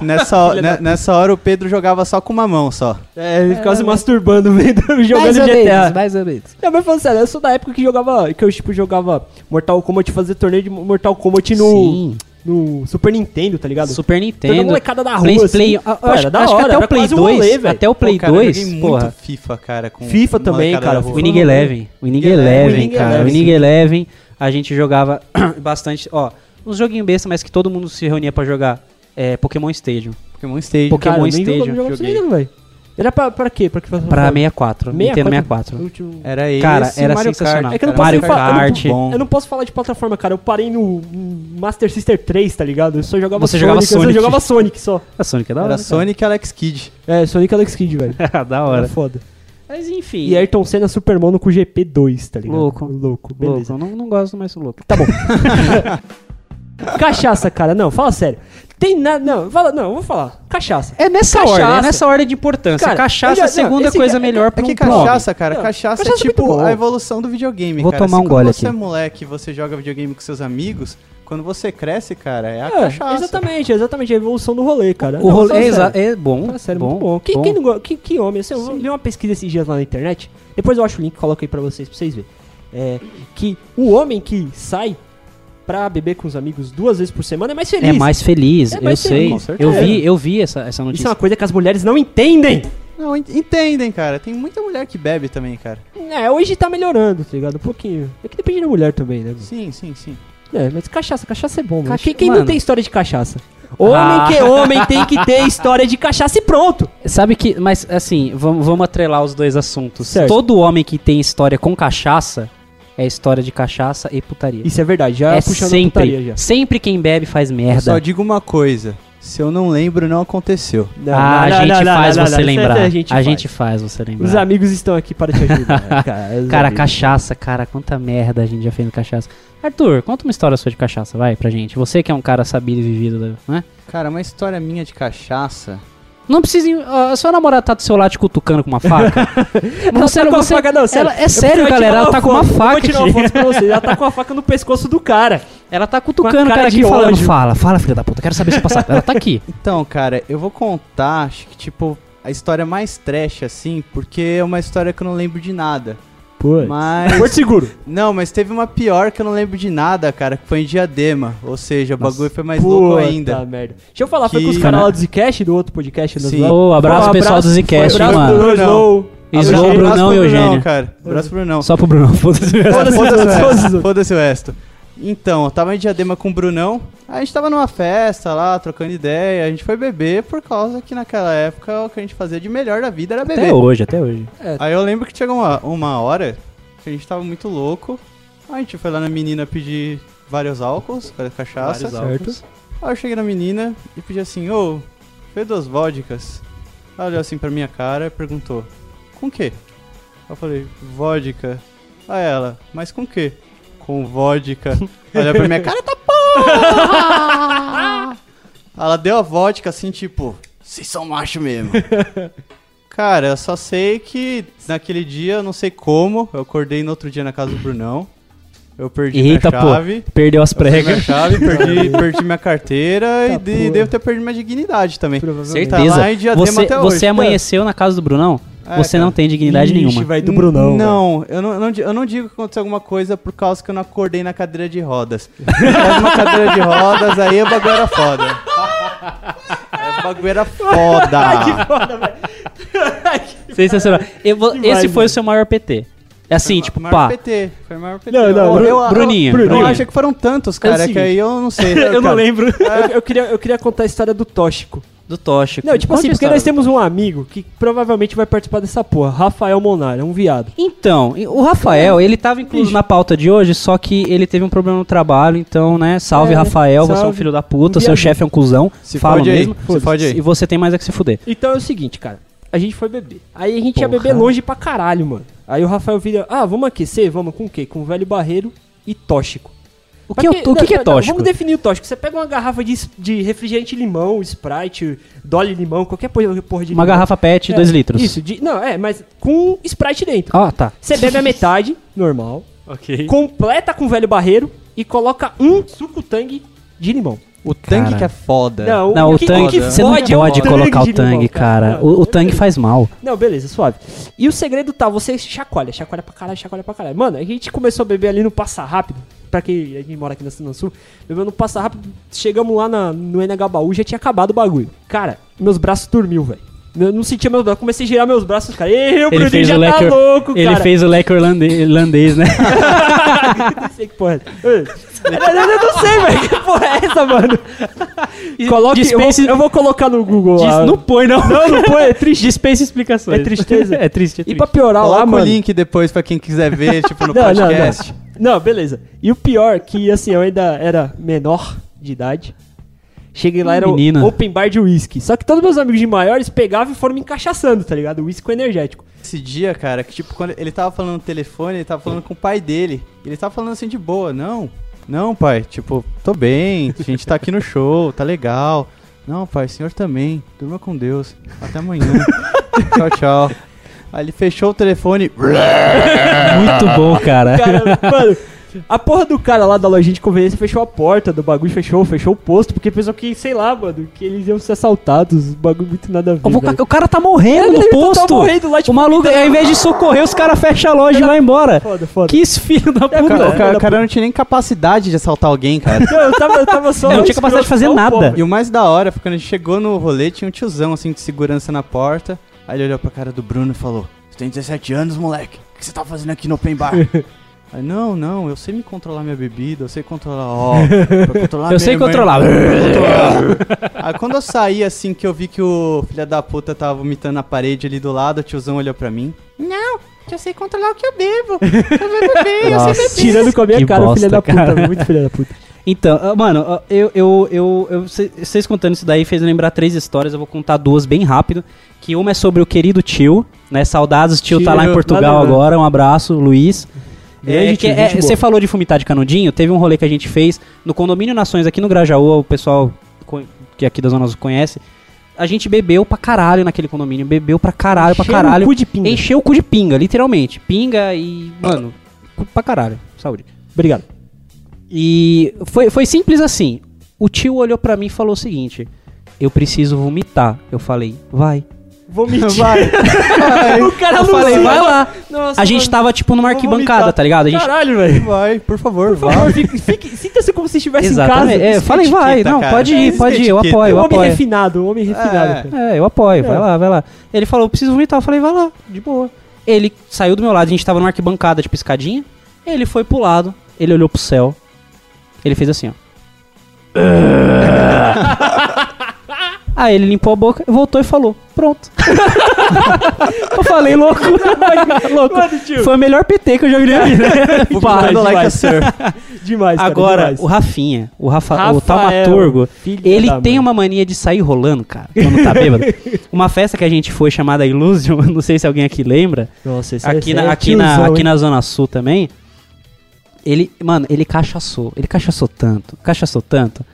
D: Nessa, hora- né- nessa hora o Pedro jogava só com uma mão só.
B: É, ele ficava se masturbando vendo, jogando GTA.
C: mais ou menos.
B: Não, mas falando sério, eu sou da época que jogava. Que eu, tipo, jogava Mortal Kombat, fazer torneio de Mortal Kombat no,
C: Sim.
B: no Super Nintendo, tá ligado?
C: Super Nintendo.
B: Toda molecada da rua,
C: Play,
B: assim.
C: Play- ah,
B: Pô,
C: eu
B: era
C: acho,
B: da
C: acho que
B: hora,
C: até o
B: era
C: Play
B: quase um
C: 2,
B: rolê, velho.
C: até o Play
D: Pô, cara, eu
C: 2,
D: joguei
C: porra.
D: muito FIFA, cara. Com
B: FIFA também,
D: molecada
B: cara,
D: da rua.
B: FIFA.
C: Winning Eleven. Winning Eleven,
B: Winning
C: cara.
B: É, Eleven, assim.
C: Winning
B: sim.
C: Eleven. A gente jogava bastante, ó, uns joguinhos besta, mas que todo mundo se reunia pra jogar. É, Pokémon Stadium.
D: Pokémon Stage.
C: Pokémon
B: Cara, eu nem
C: Stadium,
B: jogava- jogava isso
D: joguei.
B: ainda, velho. Era pra, pra quê? Pra, que,
C: Pra É 64, Nintendo
B: 64.
C: 64.
B: Último-
D: Era esse,
C: Cara, era
D: Mario Kart,
C: sensacional.
B: É que eu não
D: cara.
B: posso
C: Mario
B: falar- eu não-
C: Kart.
D: bom.
B: Eu não posso falar de plataforma, cara. Eu parei no hum, Master System 3, tá ligado? Eu só jogava
C: Você jogava Sonic.
B: Eu só jogava Sonic só.
C: A Sonic é da hora.
D: Era
C: né,
D: Sonic e Alex Kidd.
B: É, Sonic Alex Kid, velho.
C: cara? da
B: Era
C: hora.
B: foda.
C: Mas enfim.
B: E Ayrton Senna Supermono com GP2, tá ligado?
C: Louco.
B: Louco, beleza.
C: Louco, eu não, não gosto mais do louco.
B: Tá bom. cachaça, cara. Não, fala sério. Tem nada. Não, fala, não, eu vou falar. Cachaça.
C: É nessa
B: Cachaça.
C: ordem, é nessa ordem de importância.
B: Cara,
C: cachaça
B: eu já-
C: é a segunda
B: não, esse
C: coisa
B: ca-
C: melhor pra
D: É
C: um
D: que
C: pro homem.
D: cachaça, cara,
B: Não, cachaça
D: cachaça,
B: é
D: é
B: muito
D: tipo
B: boa.
D: a evolução do videogame,
C: Vou
D: cara.
C: tomar um
D: quando
C: gole
D: você
C: aqui.
D: é moleque e você joga videogame com seus amigos, quando você cresce, cara, é a
B: É,
D: cachaça.
B: exatamente, exatamente. A evolução do rolê, cara.
C: O
B: Não,
C: rolê
B: fala
C: é, exa-
B: um sério.
C: é bom.
B: Fala sério,
C: bom,
B: muito bom. Quem,
C: bom.
B: quem não go- que, que homem, assim, eu li uma pesquisa esses dias lá na internet, depois eu acho o link e coloco aí pra vocês, pra vocês verem. É, que o homem que sai pra beber com os amigos duas vezes por semana é mais feliz.
C: É mais feliz,
B: É
C: eu
B: mais
C: sei.
B: feliz, com
C: eu vi,
B: certeza.
C: eu vi essa, essa
B: Isso é
C: notícia.
B: uma coisa que as mulheres não entendem.
D: Não, en- entendem, cara. Tem muita mulher que bebe também, cara.
B: É, hoje tá melhorando, tá ligado? Um pouquinho. É que depende da mulher também, né?
D: Sim, sim, sim.
B: É, mas cachaça, cachaça é bom, mano.
C: Cacha-
B: Quem, quem
C: mano.
B: não tem história de cachaça? Homem
C: Ah.
B: que é homem tem que ter história de cachaça e pronto.
C: Sabe que, mas assim, vamos, vamos atrelar os dois assuntos.
B: Certo.
C: Todo homem que tem história com cachaça é história de cachaça e putaria.
B: Isso é Ah, verdade, já
C: é
B: puxando a
C: sempre.
B: putaria já. É
C: Sempre quem bebe faz
D: Eu só
C: merda.
D: digo uma coisa. Se eu não lembro, não aconteceu.
B: Não,
C: ah,
B: não,
C: a gente
B: não, não,
C: faz
B: não, não,
C: você
B: não,
C: lembrar.
B: isso
C: A
B: é
C: gente,
B: faz.
C: faz você
B: Os
C: lembrar.
B: amigos estão aqui para te ajudar. cara, os
C: Cara,
B: amigos.
C: cachaça, cara, quanta merda a gente já fez no cachaça. Arthur, conta uma história sua de cachaça, vai, pra gente. Você que é um cara sabido e vivido, né?
D: Cara, uma história minha de cachaça.
C: Não precisa. em- A sua namorada tá do seu lado te cutucando com uma faca.
B: Ela tá com a faca- não, sério.
C: ela- é sério,
B: Eu vou
C: galera.
B: tirar
C: Ela
B: uma
C: tá com uma
B: foto, eu
C: faca.
B: Vou tirar
C: aqui.
B: uma foto pra vocês. Ela tá com a faca no pescoço do cara.
C: Ela tá
B: Com
C: cutucando
B: a
C: o cara
B: cara
C: aqui
B: de
C: falando.
B: ódio.
C: Fala, fala, filha da puta. Quero saber se passar. Ela tá aqui.
D: Então, cara, eu vou contar, acho que, tipo, a história mais trash, assim, porque é uma história que eu não lembro de nada.
B: Pô.
D: Mas.
B: Porto Seguro.
D: Não, mas teve uma pior que eu não lembro de nada, cara, que foi em Diadema. Ou seja, o bagulho foi mais louco
B: Puta
D: ainda.
B: merda. Deixa eu falar, foi
D: Que-
B: com os caras lá do Zcast, do outro podcast. né? do
D: Sim.
B: outro lado.
C: Ô, abraço,
B: Pô,
C: pessoal do Zcast,
B: foi, um abraço
D: mano.
B: pro
D: Brunão.
C: Slow,
D: Abraço-
C: Brunão
D: abraço
C: e
D: pro
C: Eugênio.
D: Brunão, cara. Abraço pro Brunão.
C: Só pro Brunão. Foda-se.
D: Foda-se
B: Foda-se o
D: o
B: resto.
D: resto. Foda-se o resto. Então, eu tava em Diadema com o Brunão. A gente tava numa festa lá, trocando ideia. A gente foi beber por causa que naquela época o que a gente fazia de melhor da vida era beber.
C: Até hoje, até hoje.
D: Aí eu lembro que chegou uma, uma hora que a gente tava muito louco. Aí a gente foi lá na menina pedir vários álcools, várias cachaças.
B: Certo.
D: Aí eu cheguei na menina e pedi assim, ô, fez duas vodkas? Ela olhou assim pra minha cara e perguntou, com quê? Eu falei, vodka. Aí ela, mas com quê? Com vodka. Ela olhou pra minha cara, tá porra! Ela deu a vodka assim, tipo, vocês são macho mesmo. cara, eu só sei que naquele dia, eu não sei como, eu acordei no outro dia na casa do Brunão. Eu perdi
C: Eita,
D: minha
C: pô.
D: chave.
C: Perdeu as
D: Eu perdi minha
C: pregas.
D: chave, perdi, perdi minha carteira
B: Tá
D: e de-
B: porra.
D: devo ter perdido minha dignidade também.
B: Provavelmente.
C: Certeza.
D: Tá lá em Diadema
C: Você,
D: até
C: você
D: hoje.
C: amanheceu na casa do Brunão?
D: É,
C: você não
D: cara.
C: tem dignidade
B: Ixi,
C: nenhuma.
B: vai do Brunão. né?
D: Não, eu não, eu não di- eu não digo que aconteceu alguma coisa por causa que eu não acordei na cadeira de rodas. Era uma cadeira de rodas, aí o bagulho era foda. Aí O bagulho era foda.
C: Sensacional. Eu vou-
B: Demais,
C: esse foi
B: mano.
C: o seu maior PT. É assim,
D: Foi
C: tipo,
D: o maior
C: pá.
D: PT. Foi o maior PT.
B: Não, não,
D: eu,
B: Bru-
D: eu-
C: Bruninho,
D: Eu, eu
C: Bruninho.
D: achei que foram tantos,
B: É o
D: cara, que
B: seguinte.
D: aí eu não sei.
B: Eu não
D: Cara,
B: lembro. Eu, eu queria, eu queria contar a história do tóxico.
C: Do tóxico.
B: Não, tipo
C: Conta
B: assim,
C: a
B: porque
C: história
B: nós
C: do
B: temos um amigo que provavelmente vai participar dessa porra. Rafael Monar, é um viado.
C: Então, e- o Rafael, ele tava incluso na pauta de hoje, só que ele teve um problema no trabalho, então, né? Salve,
B: É,
C: Rafael, você é um
B: salve.
C: filho da puta,
B: Um
C: seu
B: viadinho.
C: chefe é um cuzão.
D: Se
C: fala
D: fode aí,
C: mesmo.
D: se fode aí.
C: E você tem mais é que se fuder.
B: Então é o seguinte, cara. A gente foi beber. Aí a gente ia
C: Porra.
B: beber longe pra caralho, mano. Aí o Rafael vira, ah, vamos aquecer? Vamos com o quê? Com o velho barreiro e tóxico.
C: O que, é- o que, que é tóxico?
B: Vamos definir o tóxico. Você pega uma garrafa de, es- de refrigerante limão, Sprite, Dolly limão, qualquer porra porra de
C: Uma
B: limão.
C: garrafa PET,
B: É,
C: 2 litros.
B: Isso, de- não, é, mas com Sprite dentro.
C: Ah, tá.
B: Você bebe a metade, normal.
C: Ok.
B: Completa com velho barreiro e coloca um suco tangue de limão.
D: O tanque
C: Cara.
D: que é foda.
C: Não, o
B: que-
C: Tang.
B: que
C: Você não
B: fode é o
C: pode colocar o
B: de limão,
C: Tang, cara.
B: Não,
C: O o
B: beleza.
C: Tang faz mal.
B: Não, beleza, suave. E o segredo tá, você chacoalha, chacoalha pra caralho, chacoalha pra caralho. Mano, a gente começou a beber ali no Passa Rápido. Pra quem a gente mora aqui na Cidade Sul, bebeu no Passa Rápido, chegamos lá na- no NHBaú, já tinha acabado o bagulho. Cara, meus braços dormiu, velho. Eu não sentia meus braços, comecei a girar meus braços, cara. Ê, o Bruninho já tá
C: leque-
B: louco,
C: ele
B: cara.
C: fez o leque irlande- irlandês, né?
B: Não sei que porra é essa. Ei, Eu não sei, velho. Que porra é essa, mano? Coloque, eu, vou,
C: Dispense-
B: eu vou colocar no Google
C: Diz-
B: lá.
C: não põe, não.
B: Não, não põe, é triste.
C: Dispensa explicações.
B: É tristeza.
C: é triste, é
B: E
C: triste.
B: pra piorar lá,
D: Coloca o
B: mano.
D: link depois pra quem quiser ver, tipo, no
B: Não, não,
D: podcast.
B: não. Não, beleza. E o pior, que assim, eu ainda era menor de idade. Cheguei lá, era o
C: Menina.
B: open bar de uísque. Só que todos meus amigos de maiores pegavam e foram me encaixaçando, tá ligado? Uísque com energético.
D: Esse dia, cara, que tipo, quando ele tava falando no telefone, ele tava falando com o pai dele. Ele tava falando assim de boa, não, não, pai, tipo, tô bem, a gente tá aqui no show, tá legal. Não, pai, senhor também, durma com Deus, até amanhã. tchau, tchau. Aí ele fechou o telefone,
C: Muito bom, cara.
B: Cara, mano, a porra do cara lá da lojinha de conveniência fechou a porta do bagulho, fechou, fechou o posto, porque pensou que, sei lá, mano, que eles iam ser assaltados, bagulho muito nada a ver.
C: O,
B: velho.
C: ca- o cara tá morrendo no
B: Ele tá
C: posto.
B: morrendo lá, tipo,
C: o maluco,
B: gritando.
C: ao invés de socorrer, os caras fecham a loja e vai embora.
B: tá Foda, foda. é
C: Que esse filho da
D: Cara,
C: puta.
D: o cara, o cara não tinha nem capacidade de assaltar alguém, cara.
B: Não, eu tava, eu tava só.
C: Eu não tinha capacidade de fazer
B: Só um
C: nada.
B: pouco.
D: E o mais da hora foi quando a gente chegou no rolê, tinha um tiozão assim de segurança na porta. Aí ele olhou pra cara do Bruno e falou: Você tem 17 anos, moleque? O que você tá fazendo aqui no open bar? Aí, não, não, eu sei me controlar minha bebida, eu sei controlar, ó, pra controlar
C: Eu
D: minha
C: sei
D: irmã,
C: controlar.
D: Aí quando eu saí assim que eu vi que o filho da puta tava vomitando na parede ali do lado, o tiozão olhou pra mim. Não, eu sei controlar o que eu bebo. Eu bebo bem, eu sei beber.
B: Tirando com a minha
C: Que
B: cara,
C: bosta,
B: filha da puta,
C: cara.
B: velho, muito filha da puta.
C: Então, ah, mano, ah, eu, eu, eu, eu- cê- vocês contando isso daí fez lembrar três histórias. Eu vou contar duas bem rápido. Que uma é sobre o querido tio, né? Saudades, tio, tá
D: Tio,
C: lá em
D: lá
C: Portugal
D: na-
C: agora. Um abraço, Luiz. É,
B: Grande tio, gente boa.
C: você falou de vomitar de canudinho. Teve um rolê que a gente fez no condomínio Nações aqui no Grajaú. O pessoal co- que é aqui da Zona Sul conhece. A gente bebeu pra caralho naquele condomínio. Bebeu pra caralho, pra
B: Cheiro no
C: caralho.
B: um cu de pinga. Ah.
C: Encheu o cu de pinga, literalmente. Pinga e. Mano, cu pra caralho. Saúde.
B: Obrigado.
C: E foi, foi simples assim. O tio olhou pra mim e falou o seguinte: Eu preciso vomitar. Eu falei, vai.
B: Vou mentir.
D: Vai. Vai,
B: O cara
C: Eu
B: alucina.
C: falei, vai lá.
B: Nossa,
C: A gente
B: mano.
C: tava tipo numa
B: Vou
C: arquibancada,
B: vomitar.
C: tá ligado? A gente.
B: Caralho, velho.
D: vai, por favor,
B: Por
D: vai.
B: favor, fique- fique- sinta-se como se estivesse em casa. tipo
C: Exatamente. É,
D: isso é
C: falei, vai.
D: etiqueta,
C: Não,
D: cara.
C: pode
D: É
C: ir,
D: isso
C: pode
D: que é
C: ir. Eu
D: etiqueta.
C: apoio, eu
B: um homem
C: apoio.
B: refinado, um homem refinado.
D: É.
B: cara.
C: É, eu apoio, vai
B: É.
C: lá, vai lá. Ele falou, preciso vomitar. Eu falei, vai lá, de boa. Ele saiu do meu lado, a gente tava numa arquibancada de piscadinha. Ele foi pro lado, ele olhou pro céu. Ele fez assim, ó. Aí ele limpou a boca, voltou e falou, pronto. eu falei, louco. louco.
B: Mano, tio.
C: Foi o melhor PT que eu já vi na vida.
B: Tipo,
D: Vou
C: Pá,
D: contando like a
B: demais.
D: surf.
B: Demais, cara,
C: Agora,
B: é demais.
C: o Rafinha, o, Rafa, o
B: Rafael,
C: Taumaturgo,
B: filho
C: ele
B: da
C: tem
B: mãe.
C: uma mania de sair rolando, cara, quando tá bêbado. uma festa que a gente foi chamada Illusion, não sei se alguém aqui lembra,
B: Nossa, esse
C: aqui,
B: esse
C: na,
B: é
C: aqui, na,
B: tiozão,
C: aqui
B: hein?
C: na Zona Sul também. Ele, mano, ele cachaçou, ele cachaçou tanto, cachaçou tanto,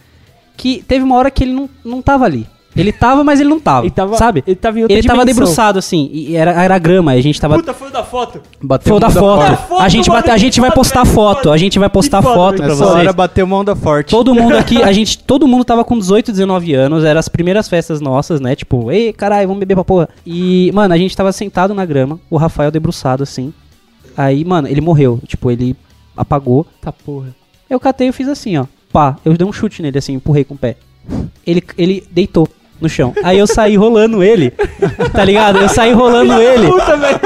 C: que teve uma hora que ele não, não tava ali. Ele tava, mas ele não tava,
B: Ele tava,
C: sabe?
B: Ele tava em outra
C: Ele tava
B: dimensão.
C: debruçado, assim, e era, era grama, e a gente tava...
B: Puta, foi o da foto.
C: Foi o da
B: Da
C: foto.
B: foto,
C: A gente,
B: mano,
C: bate- a gente vai
B: que
C: postar
B: foto,
C: foto, a gente vai postar
B: foto,
C: foto pra
D: Nessa
C: vocês.
D: hora bateu uma onda forte.
C: Todo mundo aqui, a gente, todo mundo tava com 18, 19 anos, eram as primeiras festas nossas, né? Tipo, ei, caralho, vamos beber pra porra. E, mano, a gente tava sentado na grama, o Rafael debruçado assim. Aí, mano, ele morreu, tipo, ele apagou.
B: Tá porra.
C: Eu catei e fiz assim, ó. Pá, eu dei um chute nele assim, empurrei com o pé. Ele, ele deitou no chão. Aí eu saí rolando ele. Tá ligado? Eu saí rolando ele.
B: Puta, velho.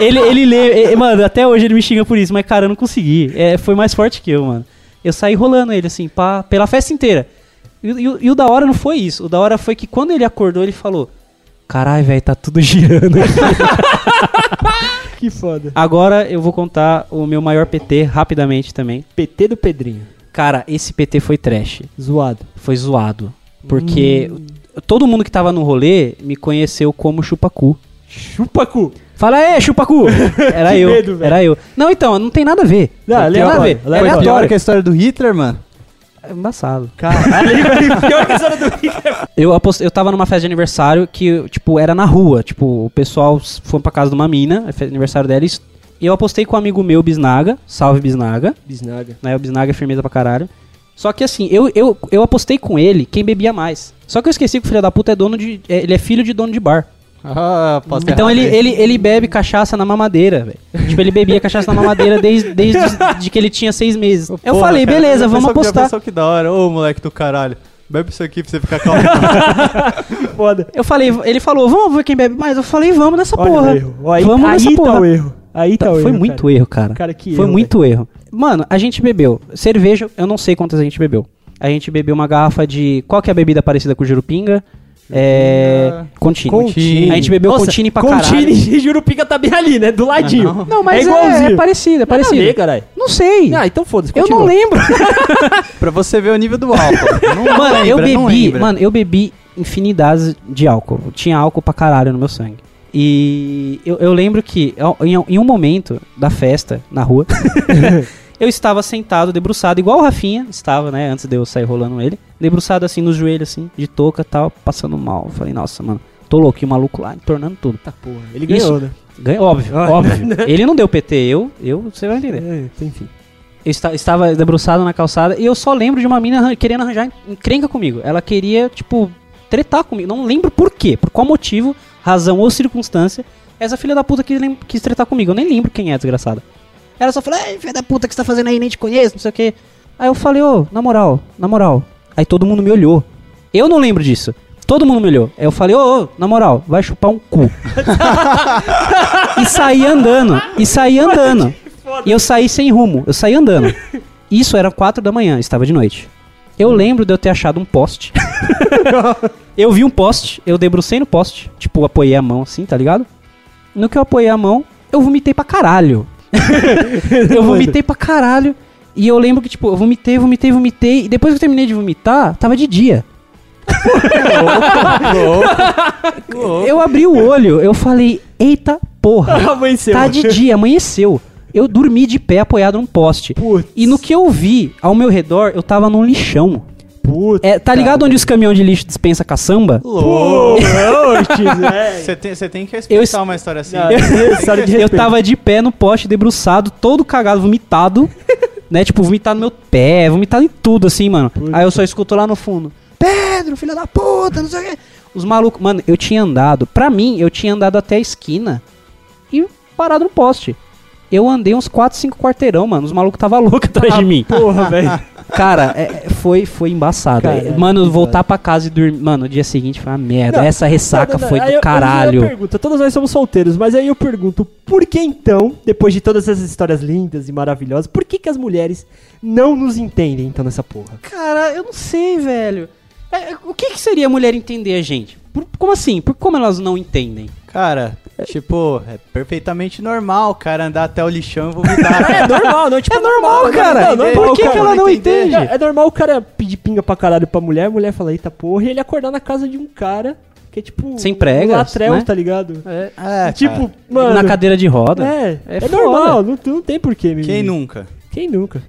C: Ele, ele lê. é- mano, até hoje ele me xinga por isso, mas cara, eu não consegui. É, foi mais forte que eu, mano. Eu saí rolando ele, assim, pá, pela festa inteira. E, o- e o- e o da hora não foi isso. O da hora foi que quando ele acordou, ele falou: Caralho, velho, tá tudo girando aqui.
B: Que foda.
C: Agora eu vou contar o meu maior PT rapidamente também.
B: PT do Pedrinho.
C: Cara, esse PT foi trash.
B: Zoado. Hum.
C: Foi zoado. Porque todo mundo que tava no rolê me conheceu como chupacu.
B: Chupa cu.
C: Fala, é, chupacu! Era eu.
B: medo, velho.
C: era eu. Não, então, não tem nada a ver.
B: Não,
C: tem nada a
B: aleatório,
C: ver. É
D: Foi pior
C: aleatório.
D: que a história do Hitler, mano.
C: É embaçado.
B: Pior que a história do
C: Eu, apost... eu tava numa festa de aniversário que, tipo, era na rua. Tipo, o pessoal s- foi pra casa de uma mina, é fe- aniversário dela, e s- e eu apostei com um amigo meu, Bisnaga. Salve, Bisnaga.
B: Bisnaga.
C: né? O Bisnaga é firmeza pra caralho. Só que assim, eu, eu, eu apostei com ele quem bebia mais. Só que eu esqueci que o filho da puta é dono de. é- ele é filho de dono de bar.
D: Ah, posso ter
C: Então
D: errado
C: ele,
D: aí.
C: ele, ele bebe cachaça na mamadeira, velho. Tipo, ele bebia cachaça na mamadeira desde, desde de que ele tinha seis meses. eu
D: Porra,
C: falei,
D: cara,
C: beleza,
D: já
C: vamos
D: pensou que- já
C: apostar.
D: pensou que da hora. Ô, moleque do caralho. Bebe isso aqui pra você ficar calmo.
B: Foda.
C: Eu falei, ele falou, vamos ver quem bebe mais. Eu falei, vamos nessa
B: Olha
C: porra.
B: o erro. Aí,
C: vamos
B: aí
C: nessa porra.
B: tá o erro. Aí tá o erro.
C: Foi muito
B: cara.
C: erro, cara.
B: Cara, que
C: Foi
B: erro,
C: muito erro. Mano, a gente bebeu. Cerveja, eu não sei quantas a gente bebeu. A gente bebeu uma garrafa de. Qual que é a bebida parecida com jurupinga? É. Contini.
D: Contini.
C: A gente bebeu
B: Nossa,
C: contini pra
B: Contini
C: caralho.
B: e Jurupica tá bem ali, né? Do ladinho.
D: Não,
C: Não, mas é,
B: igualzinho.
C: é parecido, é
B: Nada a
C: parecido.
B: ver, caralho.
C: Não sei.
B: Ah, então foda-se.
C: eu não
B: continua.
C: lembro.
D: pra você ver o nível do álcool. Não
C: Mano, eu
D: lembra, não
C: bebi,
D: lembra.
C: mano, eu bebi infinidades de álcool. Tinha álcool pra caralho no meu sangue. E eu, eu lembro que ó, em, em um momento da festa, na rua, eu estava sentado, debruçado, igual o Rafinha estava, né? Antes de eu sair rolando ele. Debruçado assim, nos joelhos, assim, de touca e tal, passando mal. Eu falei, nossa, mano, tô louco. E o maluco lá, entornando tudo.
B: Tá porra. Ele
C: Isso.
B: ganhou, né?
C: Ganhou, óbvio,
B: Ah.
C: óbvio. Ele não deu PT, eu, eu, você vai entender.
B: É, enfim.
C: Eu esta- estava debruçado na calçada e eu só lembro de uma mina arran- querendo arranjar encrenca comigo. Ela queria, tipo, tretar comigo. Não lembro por quê, por qual motivo, razão ou circunstância. Essa filha da puta quis, lem- quis tretar comigo. Eu nem lembro quem é, desgraçada. Ela só falou, Ei, filha da puta, o que você tá fazendo aí? Nem te conheço, não sei o quê. Aí eu falei, ô, na moral, na moral. Aí todo mundo me olhou. Eu não lembro disso. Todo mundo me olhou. Aí eu falei, ô, ô, na moral, vai chupar um cu. e saí andando. E saí andando. E eu saí sem rumo. Eu saí andando. Isso era 4 da manhã, estava de noite. Eu lembro de eu ter achado um poste. eu vi um poste, eu debrucei no poste. Tipo, apoiei a mão assim, tá ligado? No que eu apoiei a mão, eu vomitei pra caralho. eu vomitei pra caralho. E eu lembro que, tipo, eu vomitei, vomitei, vomitei. E depois que eu terminei de vomitar, tava de dia. eu abri o olho, eu falei, eita porra.
B: Amanheceu.
C: Tá de dia, amanheceu. Eu dormi de pé apoiado num poste.
B: Putz.
C: E no que eu vi ao meu redor, eu tava num lixão.
B: Puta.
C: É, tá ligado onde os caminhões de lixo dispensa caçamba?
D: Louco.
B: velho.
D: Você tem, você tem que respeitar
C: Eu-
D: uma história assim.
B: Não,
D: Tem que
B: eu- história de
D: respeitar.
C: Eu tava de pé no poste, debruçado, todo cagado, vomitado. né? Tipo, vomitado no meu pé, vomitado em tudo, assim, mano. Aí eu só escuto lá no fundo: Pedro, filho da puta, não sei o quê. Os malucos. Mano, eu tinha andado. Pra mim, eu tinha andado até a esquina e parado no poste. Eu andei uns 4, 5 quarteirão, mano. Os malucos tava louco atrás de mim.
B: Ah, Porra, velho.
C: Cara, é- foi, foi embaçado. É,
B: Cara,
C: mano, voltar pra casa e dormir. Mano, o dia seguinte foi uma merda.
B: Não,
C: Essa ressaca
B: Não, não, não.
C: foi
B: Aí
C: do
B: eu- eu-
C: caralho.
B: Eu, pergunto, todos nós somos solteiros, mas aí eu pergunto, por que então, depois de todas essas histórias lindas e maravilhosas, por que, que as mulheres não nos entendem então nessa porra?
C: Cara, eu não sei, velho. É, o que, que seria a mulher entender a gente? Por- como assim? Por como elas não entendem?
D: Cara, tipo, é perfeitamente normal o cara andar até o lixão e vomitar. cara.
B: normal, não, tipo, é normal,
D: cara.
B: Não, não,
D: Por
B: normal,
D: que que
B: cara.
D: ela não entende?
B: É normal o cara pedir pinga pra caralho pra mulher, a mulher fala, eita porra, e ele acordar na casa de um cara que é tipo...
C: Sem
B: um
C: pregas,
B: latrel,
C: né?
B: tá ligado?
D: É,
B: tipo,
D: cara,
B: mano...
C: Na cadeira de roda?
B: é, é,
C: É foda.
B: normal, não, não tem porquê, menino.
D: Quem nunca?
B: Quem nunca?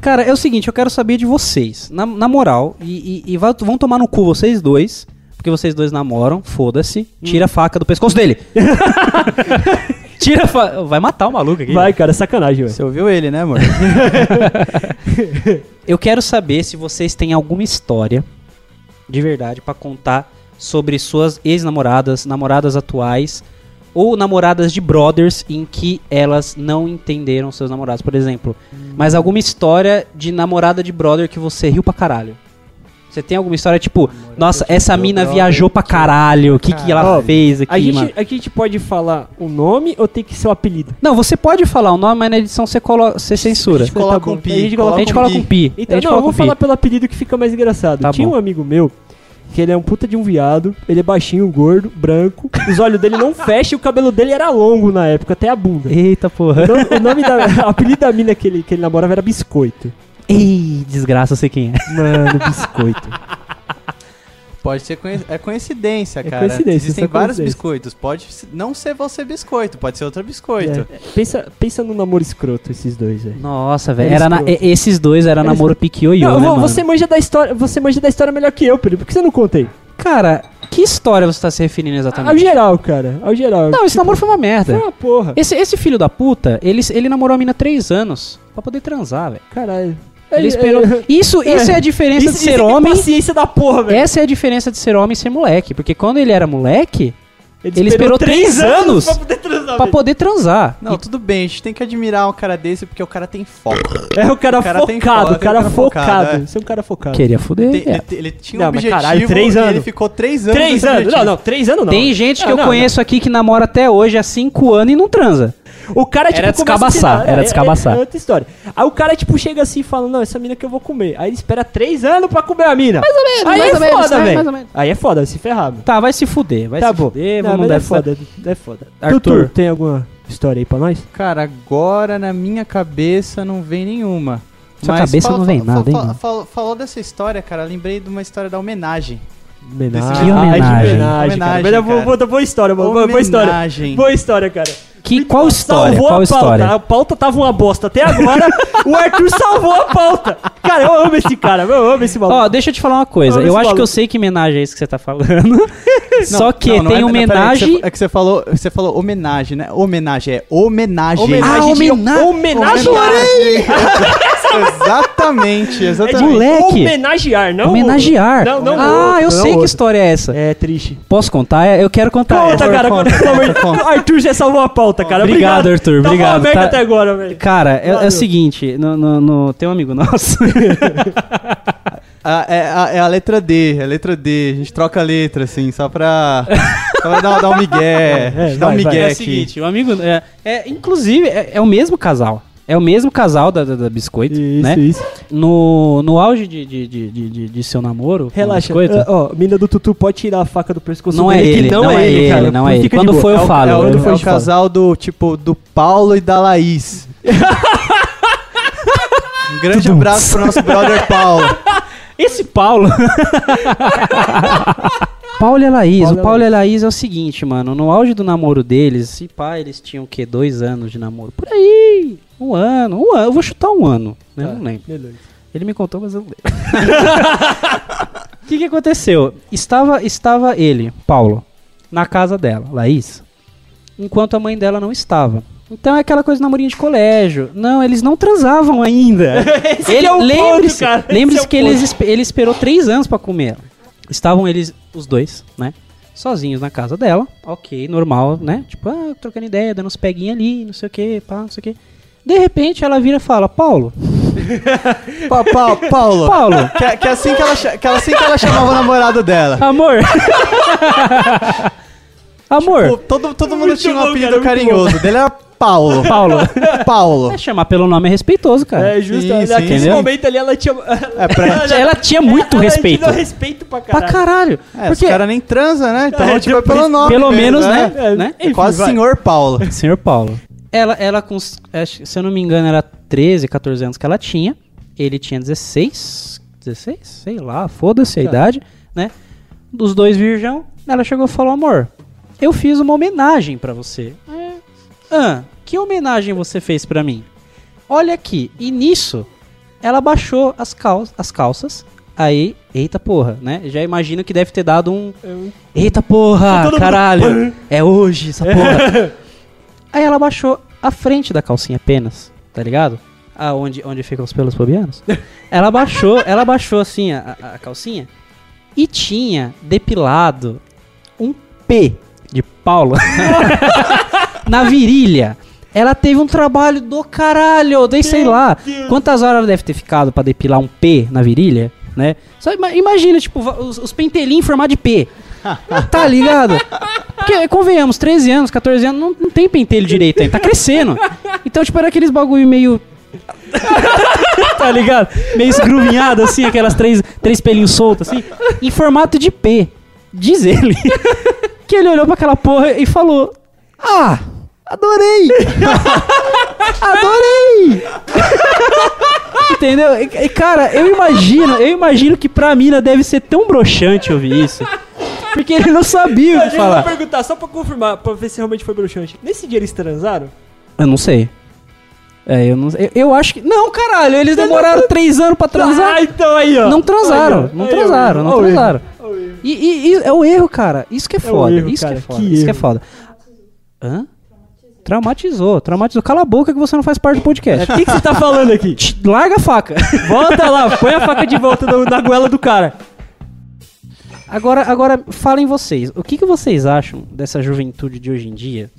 C: Cara, é o seguinte, eu quero saber de vocês. Na, na moral, e, e- e va- vão tomar no cu vocês dois, porque vocês dois namoram, foda-se. Tira a faca do pescoço dele. tira a faca. Vai matar o maluco aqui.
B: Vai, cara, é sacanagem, velho.
D: Você ouviu ele, né, amor?
C: Eu quero saber se vocês têm alguma história de verdade pra contar sobre suas ex-namoradas, namoradas atuais ou namoradas de brothers em que elas não entenderam seus namorados, por exemplo. Mas alguma história de namorada de brother que você riu pra caralho. Você tem alguma história tipo, nossa, essa mina viajou pra caralho, o que, que ela fez
B: A
C: aqui, mano?
B: gente, a gente pode falar o nome ou tem que ser o apelido?
C: Não, você pode falar o nome, mas na edição você, colo... você censura.
D: Coloca um
B: Tá bom.
D: pi.
B: A gente
C: A gente coloca um pi.
B: Então,
C: a gente
B: não, eu
C: coloca
B: vou
C: um pi.
B: falar pelo apelido que fica mais engraçado.
C: Tá
B: Tinha
C: bom.
B: um amigo meu que ele é um puta de um viado, ele é baixinho, gordo, branco, os olhos dele não fecham e o cabelo dele era longo na época, até a bunda.
C: Eita
B: O
C: porra.
B: nome, o nome da. O apelido da mina que ele, que ele namorava era Biscoito.
C: Ei, desgraça, eu sei quem é.
B: Mano, Biscoito.
D: Pode ser coinc- é coincidência, cara.
B: coincidência,
D: Existem
B: isso é
D: vários
B: coincidência.
D: biscoitos. Pode se- não ser você biscoito, pode ser outro biscoito.
B: É, pensa, pensa no namoro escroto, esses dois, velho.
C: Nossa,
B: Era
C: velho. Era na-
B: escroto.
C: e- esses dois era
B: Era
C: namoro piquioio,
B: Não,
C: né,
B: vo-
C: mano?
B: você manja da história, você manja da história melhor que eu, Pedro. Por que você não conta aí?
C: Cara, que história você tá se referindo
B: Ao
C: exatamente?
B: geral, cara. Ao geral.
C: Não, esse namoro foi uma merda.
B: Ah, porra.
C: Esse, esse filho da puta, ele, ele namorou a mina três anos pra poder transar, velho.
B: Caralho.
C: Ele esperou. Isso, isso é a diferença de ser homem.
B: Paciência da porra, velho.
C: Essa é a diferença de ser homem e ser moleque. Porque quando ele era moleque, ele esperou
B: três
C: três anos
B: pra poder transar.
C: pra
B: velho.
C: poder transar.
D: Não, tudo bem, a gente tem que admirar um cara desse porque o cara tem foco.
B: É o cara,
D: O cara tem
B: focado,
D: foco,
B: o cara focado.
D: tem focado, é.
B: Você é um cara focado.
C: Queria fuder.
D: Tem-
C: é.
D: ele, ele tinha um
B: Não, mas
D: objetivo
B: caralho, três
D: e ele
B: anos.
D: ficou três anos. é
B: Três
D: nesse
B: anos. Não,
D: objetivo.
B: não, três anos não.
C: Tem gente que
B: Ah,
C: eu
B: não,
C: conheço aqui que namora até hoje há cinco anos e não transa.
B: O cara, tipo, começa
C: Era
B: a
C: descabaçar,
B: tirar-
C: era
B: é-
C: descabaçar.
B: É, é outra história. Aí o cara, tipo, chega assim e fala, não, essa mina que eu vou comer. Aí ele espera três anos pra comer a mina. Mais ou menos, Aí
C: mais
B: é
C: ou menos,
B: foda,
C: né?
B: velho.
C: Mais ou menos.
B: Aí é foda, se ferrar, mano.
C: Tá, vai se fuder, vai
B: tá
C: se
B: bom.
C: fuder,
B: Não,
C: vamos
B: mas
C: dar
B: é
C: essa-
B: foda, é foda.
C: Arthur.
B: Tutu, tem alguma história aí pra nós?
D: Cara, agora na minha cabeça não vem nenhuma.
C: Sua cabeça não vem nada, hein,
D: Falou,
C: mano?
D: falou, dessa história, cara, lembrei de uma história da homenagem.
B: Homenagem. Ah, é
C: Que homenagem.
B: homenagem, cara.
D: Homenagem,
B: Mas eu vou-
D: cara.
B: vou dar Boa história, boa, boa- boa história.
D: Homenagem.
B: Boa história, cara.
C: Que, qual história?
B: Salvou
C: Qual
B: a
C: história?
B: pauta. A pauta tava uma bosta até agora. o Arthur salvou a pauta. Cara, eu amo esse cara. Eu amo esse maluco.
C: Ó, deixa eu te falar uma coisa.
B: Olha
C: Eu
B: esse
C: acho que eu
B: maluco.
C: sei que homenagem é isso que você tá falando. Só que
D: Não, não
C: tem
D: é- não, peraí,
C: homenagem.
D: que você- É que você falou, você falou homenagem, né? Homenagem, é homenagem.
C: Ah,
B: de-
C: homena-
B: homenagem.
D: exatamente,
B: É
D: exatamente.
B: de
C: Moleque.
B: Homenagear, não?
C: homenagiar.
B: é Não, não.
C: ah, eu
B: não
C: sei que
B: outro.
C: história é essa.
B: É triste.
C: Posso contar? É, Eu quero contar
B: Conta,
C: essa.
B: cara. Conta, pelo amor de Deus. Arthur já salvou a pauta, cara.
C: Obrigado, Arthur,
B: Tá
C: obrigado,
B: uma merda
C: tá-
B: até agora, velho.
C: Cara, é, é
B: Valeu.
C: o seguinte, no, no- no- tem um amigo nosso.
D: Ah, é, a- é a letra D, é a letra D. A gente troca a letra, assim, só pra, só pra dar, dar um migué.
B: É, é,
D: dar um
B: vai, vai.
D: migué
C: é o
D: aqui.
C: seguinte, um amigo. É, é, inclusive, é, é o mesmo casal. É o mesmo casal da, da, da Biscoito,
B: Isso,
C: né?
B: isso.
C: No, no auge de, de, de, de- de- de seu namoro. com o
B: Relaxa.
C: Biscoito,
B: Ah, Ó, mina do Tutu pode tirar a faca do pescoço
C: não é
B: dele, que
C: ele, não é ele,
B: cara.
C: não é ele.
B: Fica de
C: Quando
B: boa.
C: foi,
B: É
C: eu
B: o-
C: falo.
D: É
B: Quando
D: o,
B: foi,
D: é
B: eu falo.
D: o casal do, tipo, do Paulo e da Laís. um grande abraço pro nosso brother Paulo.
C: Esse Paulo. Paulo e a Laís.
B: Paulo e a
C: o Paulo e a Laís é o seguinte, mano. No auge do namoro deles, se pá, eles tinham o quê? Dois anos de namoro. Por aí. Um ano. Um ano. Eu vou chutar um ano.
B: É.
C: Né? Não lembro.
B: Beleza.
C: Ele me contou, mas eu não lembro. O que, que aconteceu? Estava, estava ele, Paulo, na casa dela, Laís, enquanto a mãe dela não estava. Então é aquela coisa de namorinho de colégio. Não, eles não transavam ainda. ele
B: que é o
C: lembre-se,
B: ponto, cara. Esse
C: lembre-se
B: é o
C: que eles espe- ele esperou três anos pra comer. ela. Estavam eles, os dois, né? Sozinhos na casa dela. Ok, normal, né? Tipo, ah, trocando ideia, dando uns peguinhos ali, não sei o que, pá, não sei o que. De repente ela vira e fala, Paulo,
D: Pa, pa, Paulo.
C: Paulo,
D: Que, é- que é assim que ela, cha- que é assim que ela chamava o namorado dela.
C: Amor. Amor.
D: Pô, Tipo, todo, todo mundo
B: Muito
D: tinha um
B: bom, cara,
D: apelido
B: muito
D: carinhoso. Dele era Paulo.
C: Paulo.
D: Paulo.
C: É, chamar pelo nome é respeitoso, cara.
B: É justo,
D: Sim,
B: né?
D: sim.
B: naquele
C: Entendeu?
B: momento ali ela tinha.
D: É, pra-
C: Ela tinha muito respeito.
B: Ela tinha respeito pra
C: Pra
B: caralho.
C: caralho.
D: É, os
C: porque,
D: caras nem transa, né? Então,
B: É,
D: tipo, é
B: tipo,
D: pelo nome.
C: pelo
D: mesmo,
C: menos, né?
B: É,
C: né?
D: É quase
B: vai.
D: senhor Paulo.
C: Senhor Paulo. Ela, ela com, s- acho- se eu não me engano, era 13, 14 anos que ela tinha. Ele tinha 16, 16? Sei lá, foda-se a idade, né? Dos dois virgão, ela chegou e falou, amor, eu fiz uma homenagem pra você. "É. Ah, que homenagem você fez pra mim? Olha aqui, e nisso, ela baixou as, cal as calças, aí, eita porra, né? Já imagino que deve ter dado um... Eita porra,
B: Tá Todo mundo-
C: caralho, é hoje essa porra. aí ela baixou a frente da calcinha apenas, tá ligado? Ah, onde, onde ficam os pelos pubianos. ela baixou, ela baixou assim a, a- a calcinha e tinha depilado um P de Paulo na virilha. Ela teve um trabalho do caralho, dei sei lá. Quantas horas ela deve ter ficado pra depilar um P na virilha? né? Só ima- imagina, tipo, va- os, os pentelinhos em formato de P. tá ligado? Porque, convenhamos, 13 anos, 14 anos, não, não tem pentelho direito ainda, tá crescendo. Então, tipo, era aqueles bagulho meio... tá ligado? Meio esgruvinhado, assim, aquelas três, três pelinhos soltos, assim, em formato de P. Diz ele que ele olhou pra aquela porra e falou: Ah, adorei! adorei! Entendeu? E, e, cara, eu imagino, eu imagino que pra mina deve ser tão broxante ouvir isso. Porque ele não sabia o
B: Eu vou
C: que falar.
B: perguntar, só pra confirmar, pra ver se realmente foi bruxante. Nesse dia eles transaram?
C: Eu não sei. É, eu não eu, eu acho que. Não, caralho, eles demoraram três anos pra transar.
B: Ah, então aí, ó.
C: Não transaram,
B: Aí, ó.
C: não
B: Aí, ó.
C: transaram, não
B: Ó o erro.
C: transaram.
B: Ó o erro.
C: E, e- e é o erro, cara. Isso que é foda.
B: erro,
C: isso
B: cara,
C: que é foda.
B: que
C: isso que é
B: erro.
C: foda. Hã? Traumatizou, traumatizou. Cala a boca que você não faz parte do podcast.
B: O que, que você tá falando aqui?
C: Tch, Larga a faca.
B: Volta lá, põe a faca de volta no- na goela do cara.
C: Agora, agora falem vocês. O que, que vocês acham dessa juventude de hoje em dia?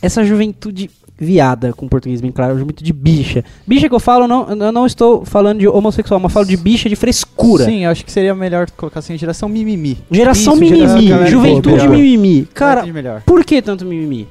C: Essa juventude viada, com português bem claro, juventude de bicha. Bicha que eu falo, não, eu não estou falando de homossexual, mas falo de bicha de frescura.
D: Sim, eu acho que seria melhor colocar assim, geração mimimi.
C: Geração
D: Isso, geração
C: mimimi,
D: galera,
C: juventude
D: boa, melhor.
C: mimimi. Cara,
D: Melhor, melhor.
C: por que tanto mimimi?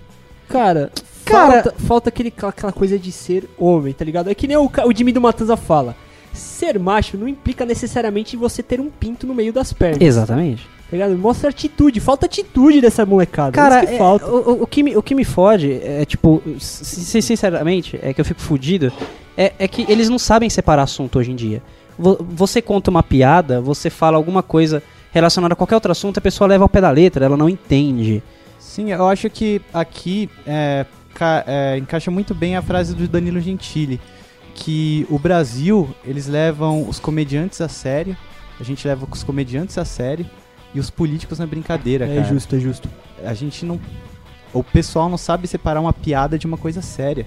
B: Cara,
C: Cara-
B: falta, falta aquele, aquela- aquela coisa de ser homem, tá ligado? É que nem o, ca- o Jimmy do Matanza fala. Ser macho não implica necessariamente você ter um pinto no meio das pernas.
C: É. Exatamente.
B: Tá ligado? Mostra atitude, falta atitude dessa molecada.
C: Cara,
B: isso que
C: é,
B: falta.
C: O, o- o que me, o que me fode é, tipo, sin- sin- sinceramente, é que eu fico fudido, é, é que eles não sabem separar assunto hoje em dia. Vo- Você conta uma piada, você fala alguma coisa relacionada a qualquer outro assunto, a pessoa leva ao pé da letra, ela não entende.
D: Sim, eu acho que aqui é, ca- é, encaixa muito bem a frase do Danilo Gentili, que o Brasil, eles levam os comediantes a sério, a gente leva os comediantes a sério e os políticos na brincadeira, cara.
B: é justo.
D: A gente não... O pessoal não sabe separar uma piada de uma coisa séria.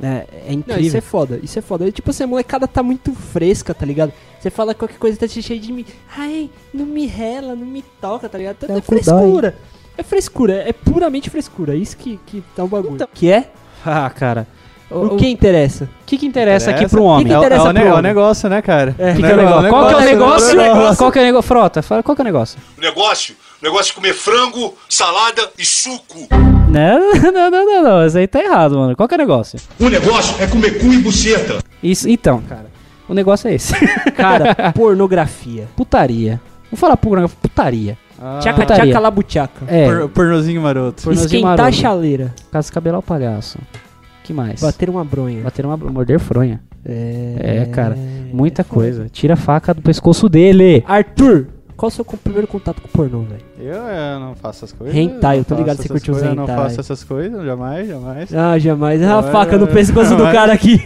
C: É, é
B: Não, isso é
C: incrível.
B: foda, isso é foda. É, tipo assim, a molecada tá muito fresca, tá ligado? Você fala qualquer coisa, tá cheio de mim. Ai, não me rela, não me toca, tá ligado? Então, é
C: É o que dói.
B: frescura. É frescura, é é puramente frescura. É isso que, que tá o bagulho. que é?
C: Ah, cara.
B: O, que interessa?
C: que, que interessa, aqui
D: Interessa?
C: pro homem?
B: Que que
D: é, o-
B: interessa
D: é, o ne-
B: pro
D: é o
B: homem?
D: negócio, né, cara?
B: É.
C: Que que é o negócio? Qual que é o negócio? Qual que é o negócio? Frota, fala qual que é o negócio?
A: O negócio, o negócio é comer frango, salada e suco.
C: Não, Né? não, não, não, não. Isso aí tá errado, mano. Qual que é o negócio?
A: O negócio é comer cu e buceta.
C: Isso, então, cara. O negócio é esse.
B: Cara, pornografia.
C: Putaria. Vou falar pornografia, putaria.
B: Tchaca,
C: Putaria.
B: tchaca, labuchaca.
C: É,
D: Por- pornozinho maroto.
C: pornozinho
B: Esquentar a
C: maroto.
B: chaleira.
C: caso cabelo ao palhaço. Que mais?
B: Bater uma bronha.
C: Bater uma morder fronha. É, cara, muita
B: foda.
C: coisa. Tira a faca do pescoço dele.
B: Arthur, qual o seu co- primeiro contato com o pornô, velho?
D: Eu, eu não faço essas coisas.
B: Hentai, eu tô
D: não
B: ligado que
D: faço
B: você
D: essas
B: curte os
D: coisas, Eu não
B: hentai.
D: faço essas coisas, jamais, jamais.
B: Ah, jamais. Ah, a
D: Ah,
B: faca no
D: é.
B: pescoço do
D: Mas-
B: cara aqui.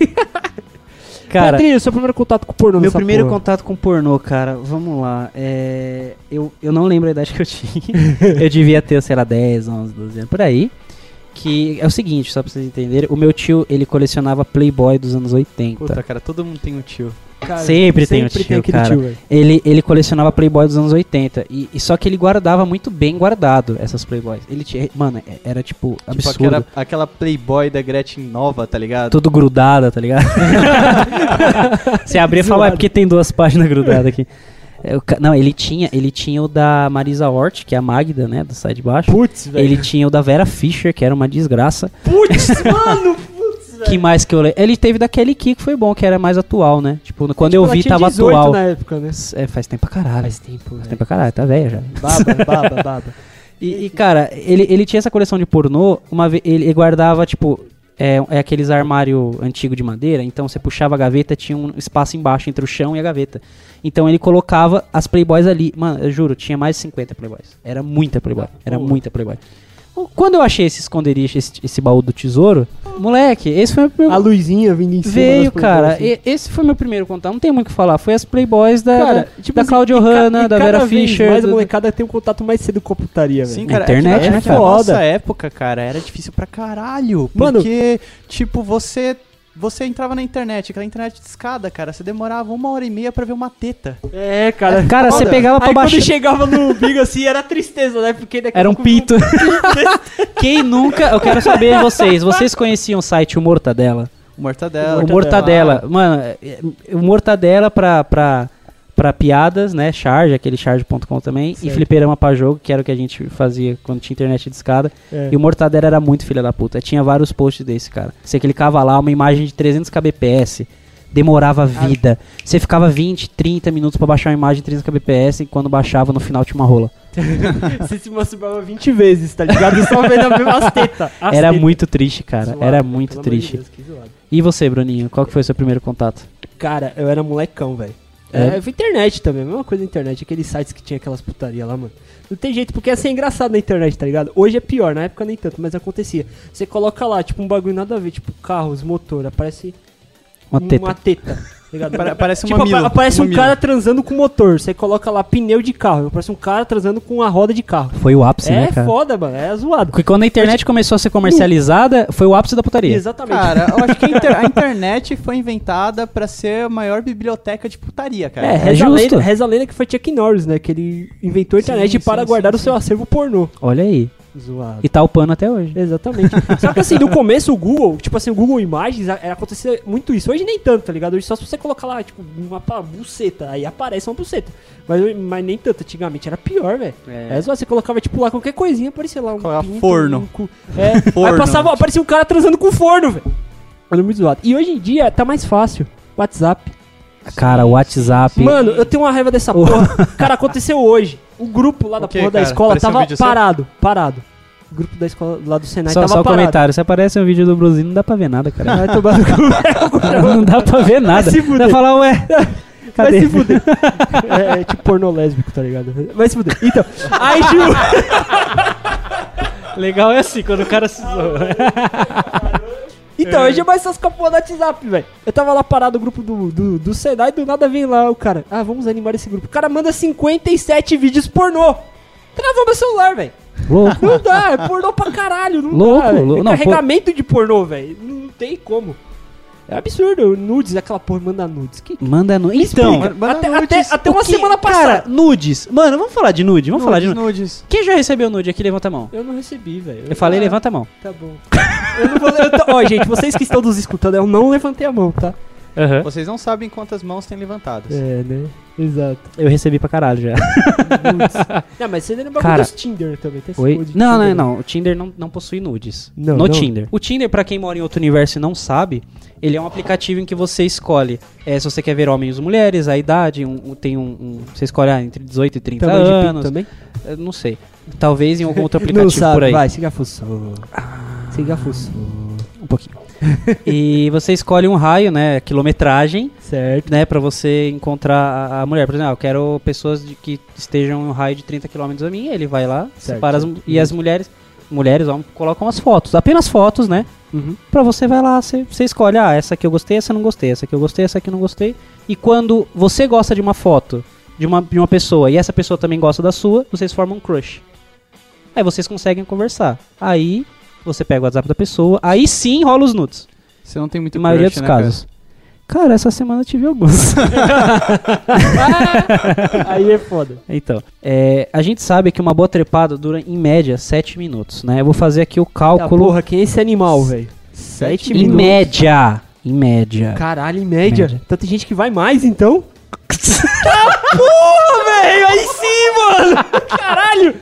C: Cara,
B: Pedrinho, seu primeiro contato com o pornô
C: meu
B: nessa
C: primeiro
B: porra.
C: contato com pornô, cara, vamos lá. É, eu, eu não lembro a idade que eu tinha. eu devia ter, sei lá, 10, 11, 12 anos, por aí. Que é o seguinte, só pra vocês entenderem. O meu tio, ele colecionava Playboy dos anos 80.
D: Puta, cara, todo mundo tem um tio.
B: Cara,
C: Sempre tem um tio,
B: aquele
C: cara.
B: velho.
C: ele, ele colecionava Playboy dos anos 80. E, e só que ele guardava muito bem guardado essas Playboys. Ele tinha. Mano, é- era tipo
D: Tipo,
C: absurdo.
D: aquela, aquela Playboy da Gretchen nova, tá ligado?
C: Tudo grudada, tá ligado? Você abria e falava, é porque tem duas páginas grudadas aqui. É, o ca- Não, ele tinha, ele tinha o da Marisa Hort, que é a Magda, né? Do site de baixo.
B: Putz, velho.
C: Ele tinha o da Vera Fischer, que era uma desgraça.
B: Putz, mano. Putz, velho.
C: Que mais que eu lembro? Ele teve da Kelly Key, que foi bom, que era mais atual, né? Tipo, no- quando eu
B: Ela
C: vi,
B: tinha
C: tava
B: 18
C: atual.
B: na época, né?
C: É, faz tempo pra caralho. Faz
B: tempo,
C: tempo pra caralho, tá velha já.
B: Baba, baba, baba.
C: E, e, cara, ele, ele tinha essa coleção de pornô, uma vez ele ele guardava, tipo, é, é aqueles armário antigo de madeira, então você puxava a gaveta, tinha um espaço embaixo entre o chão e a gaveta. Então ele colocava as Playboys ali. Mano, eu juro, tinha mais de 50 Playboys. Era muita Playboy, era muita Playboy. Quando eu achei esse esconderijo, esse, esse baú do tesouro, moleque, esse foi o meu
B: A
C: primeiro.
B: luzinha vindo em cima.
C: Veio,
B: das coisas,
C: cara.
B: assim.
C: e- esse foi meu primeiro contato. Não tem muito o que falar. Foi as Playboys da,
B: Cara,
C: da,
B: tipo
C: da
B: assim,
C: Claudio
B: e ca-
C: Hanna,
B: e
C: da Vera
B: cada vez
C: Fischer.
B: Mais a
C: do-
B: molecada tem um contato mais cedo com a putaria, velho.
D: Sim, cara,
C: internet,
D: é que na
C: né,
D: época-
C: cara?
D: nossa
B: Foda.
D: época, cara, era difícil pra caralho.
B: Mano-
D: Porque, tipo, você. Você entrava na internet, aquela internet de escada, cara, você demorava uma hora e meia pra ver uma teta.
B: É, cara.
C: Cara, você
B: Foda.
C: pegava pra
B: Aí
C: baixar.
B: quando chegava no umbigo assim, era tristeza, né? Porque daqui a
C: Era um
B: pouco viu
C: pito. Quem nunca. Eu quero saber vocês. Vocês conheciam o site O Mortadela?
D: Mortadela.
C: o Mortadela. Mano, é, é, o Mortadela pra. pra pra piadas, né? Charge, aquele charge.com também. E fliperama pra jogo, que era o que a gente fazia quando tinha internet de escada.
B: É.
C: E o Mortadela era muito filha da puta. Tinha vários posts desse, cara. Você clicava lá, uma imagem de 300 kbps. Demorava a vida. Você ficava 20, 30 minutos pra baixar uma imagem de 300 kbps. E quando baixava, no final tinha uma rola. um-
B: Você se masturbava 20 vezes, tá ligado? Só vendo a mesma teta. As
C: Era
B: tetas.
C: muito triste, cara.
B: Zoado,
C: Era
B: né?
C: muito
B: Pelo amor de
C: triste.
B: Deus, que zoado.
C: E você, Bruninho? Qual que foi o seu primeiro contato?
B: Cara, eu era molecão, velho.
C: É?
B: É, foi internet também, a mesma coisa na internet, aqueles sites que tinha aquelas putaria lá, mano. Não tem jeito, porque ia ser engraçado na internet, tá ligado? Hoje é pior, na época nem tanto, mas acontecia. Você coloca lá, tipo, um bagulho nada a ver, tipo, carros, motor, aparece
C: Uma teta.
B: uma teta, tá ligado?
D: Pare- parece um
B: tipo,
D: mamilo,
B: apa- aparece
D: um
B: um,
D: mamilo.
B: cara transando com motor, você coloca lá pneu de carro, aparece um cara transando com a roda de carro.
C: Foi o ápice, né,
B: é
C: cara?
B: foda, mano, é zoado.
C: Porque quando a internet começou a ser comercializada, foi o ápice da putaria.
B: Exatamente.
D: Cara, eu acho que a, inter- a internet foi inventada pra ser a maior biblioteca de putaria, cara.
B: É,
C: É
B: reza, A
C: justo.
B: lenda, reza a lenda que foi Chuck Norris, né? Que ele inventou a internet
D: Sim,
B: para
D: sim,
B: guardar
D: sim,
B: o seu acervo pornô.
C: Olha aí.
B: Zoado.
C: E tá o pano até hoje.
B: Exatamente. Só que assim, no começo o Google, tipo assim, o Google Imagens, a- era- acontecia muito isso. Hoje nem tanto, tá ligado? Hoje só se você colocar lá, tipo, uma pa- buceta, aí aparece uma buceta. Mas, mas nem tanto, antigamente era pior, velho. É. só você colocava, tipo, lá qualquer coisinha, aparecia lá um
D: Colocava
B: pinto,
D: forno.
B: um cu. É, aí
D: Forno.
B: passava, aparecia um cara transando com forno, velho. Era muito zoado. E hoje em dia tá mais fácil. WhatsApp.
C: Cara, o WhatsApp.
B: Mano, eu tenho uma raiva dessa porra. Cara, aconteceu hoje. O grupo lá da
D: O quê,
B: porra da
D: cara?
B: escola
D: Apareceu um
B: tava
D: vídeo seu?
B: parado, parado. O grupo da escola lá do Senai
C: só
B: tava
C: só o
B: parado.
C: comentário. Se aparece um vídeo do Bruzinho, não dá pra ver nada, cara.
B: Vai tomar no cu.
C: não dá pra ver nada.
B: se
C: Vai
B: fuder.
C: falar, ué.
B: Vai
C: Cadê?
B: se fuder. É, é tipo pornô lésbico, tá ligado? Vai se fuder. Então, aí tipo...
C: Legal é assim, quando o cara se zoa.
B: Então, hoje é mais essas capas do WhatsApp, velho. Eu tava lá parado, o grupo do, do, do Senai, do nada vem lá o cara. Ah, vamos animar esse grupo. O cara manda 57 vídeos pornô. Travou meu celular, velho.
C: Louco.
B: Não dá, é pornô pra caralho. Não
C: Louco,
B: dá, velho.
C: lou-
B: É
C: não,
B: carregamento de pornô, velho. Não tem como. É absurdo. Nudes, aquela porra manda nudes. Que...
C: Manda no. Então,
D: Manda- manda
B: até,
D: nudes.
B: até, até
C: o
B: uma
C: que-
B: semana passada.
C: Cara, nudes. Mano, vamos falar de nude? Vamos falar de
D: Nudes,
C: nude.
D: nudes.
C: Quem já recebeu nude aqui, levanta a mão.
B: eu não recebi, velho.
C: Eu falei,
B: Ah,
C: levanta a mão.
B: Tá bom. Eu não vou levantar. Ó, gente, vocês que estão nos escutando, eu não levantei a mão, tá?
D: Vocês não sabem quantas mãos têm levantadas.
B: É, né? Exato.
C: Eu recebi pra caralho já.
B: Não, Ah, mas você lembra
C: Cara-
B: dos Tinder também, tem esse
C: Oi?
B: monte de
C: Não, não,
B: Tinder.
C: não. O Tinder não, não possui nudes.
B: Não,
C: no
B: não.
C: Tinder. O Tinder, pra quem mora em outro universo e não sabe, ele é um aplicativo em que você escolhe eh, se você quer ver homens ou mulheres, a idade, um- um- tem um, um- Você escolhe ah, entre 18 e 30
B: Tamanho de pinto
C: anos.
B: também?
C: Eu não sei. Talvez em algum outro aplicativo por aí. Ah.
B: vai, siga a função. Siga a função.
C: Um pouquinho. e você escolhe um raio, né? Quilometragem,
B: Certo.
C: né? Pra você encontrar a, a mulher. Por exemplo, ah, eu quero pessoas de, que estejam em um raio de 30 km da mim. Ele vai lá,
B: Certo.
C: separa as, e
D: Uhum.
C: as mulheres. Mulheres, homens, colocam as fotos, apenas fotos, né?
D: Uhum.
C: Pra você vai lá, você, você escolhe, ah, essa aqui eu gostei, essa eu não gostei, essa aqui eu gostei, essa aqui eu não gostei. E quando você gosta de uma foto de uma, de uma pessoa e essa pessoa também gosta da sua, vocês formam um crush. Aí vocês conseguem conversar. Aí você pega o WhatsApp da pessoa, aí sim rola os nudes.
D: Você não tem muito
C: Na maioria
D: crush,
C: dos
D: né,
C: casos. Cara? essa semana eu tive alguns.
B: Aí é foda.
C: então, é, a gente sabe que uma boa trepada dura, em média, 7 minutos, né? Eu vou fazer aqui o
B: Tá,
C: cálculo.
B: porra, quem é esse animal, velho?
D: Sete
C: em
B: minutos.
C: média. Em média.
B: Caralho, em média.
C: Média.
B: Então tem gente que vai mais, então? Velho, aí sim, mano! Caralho!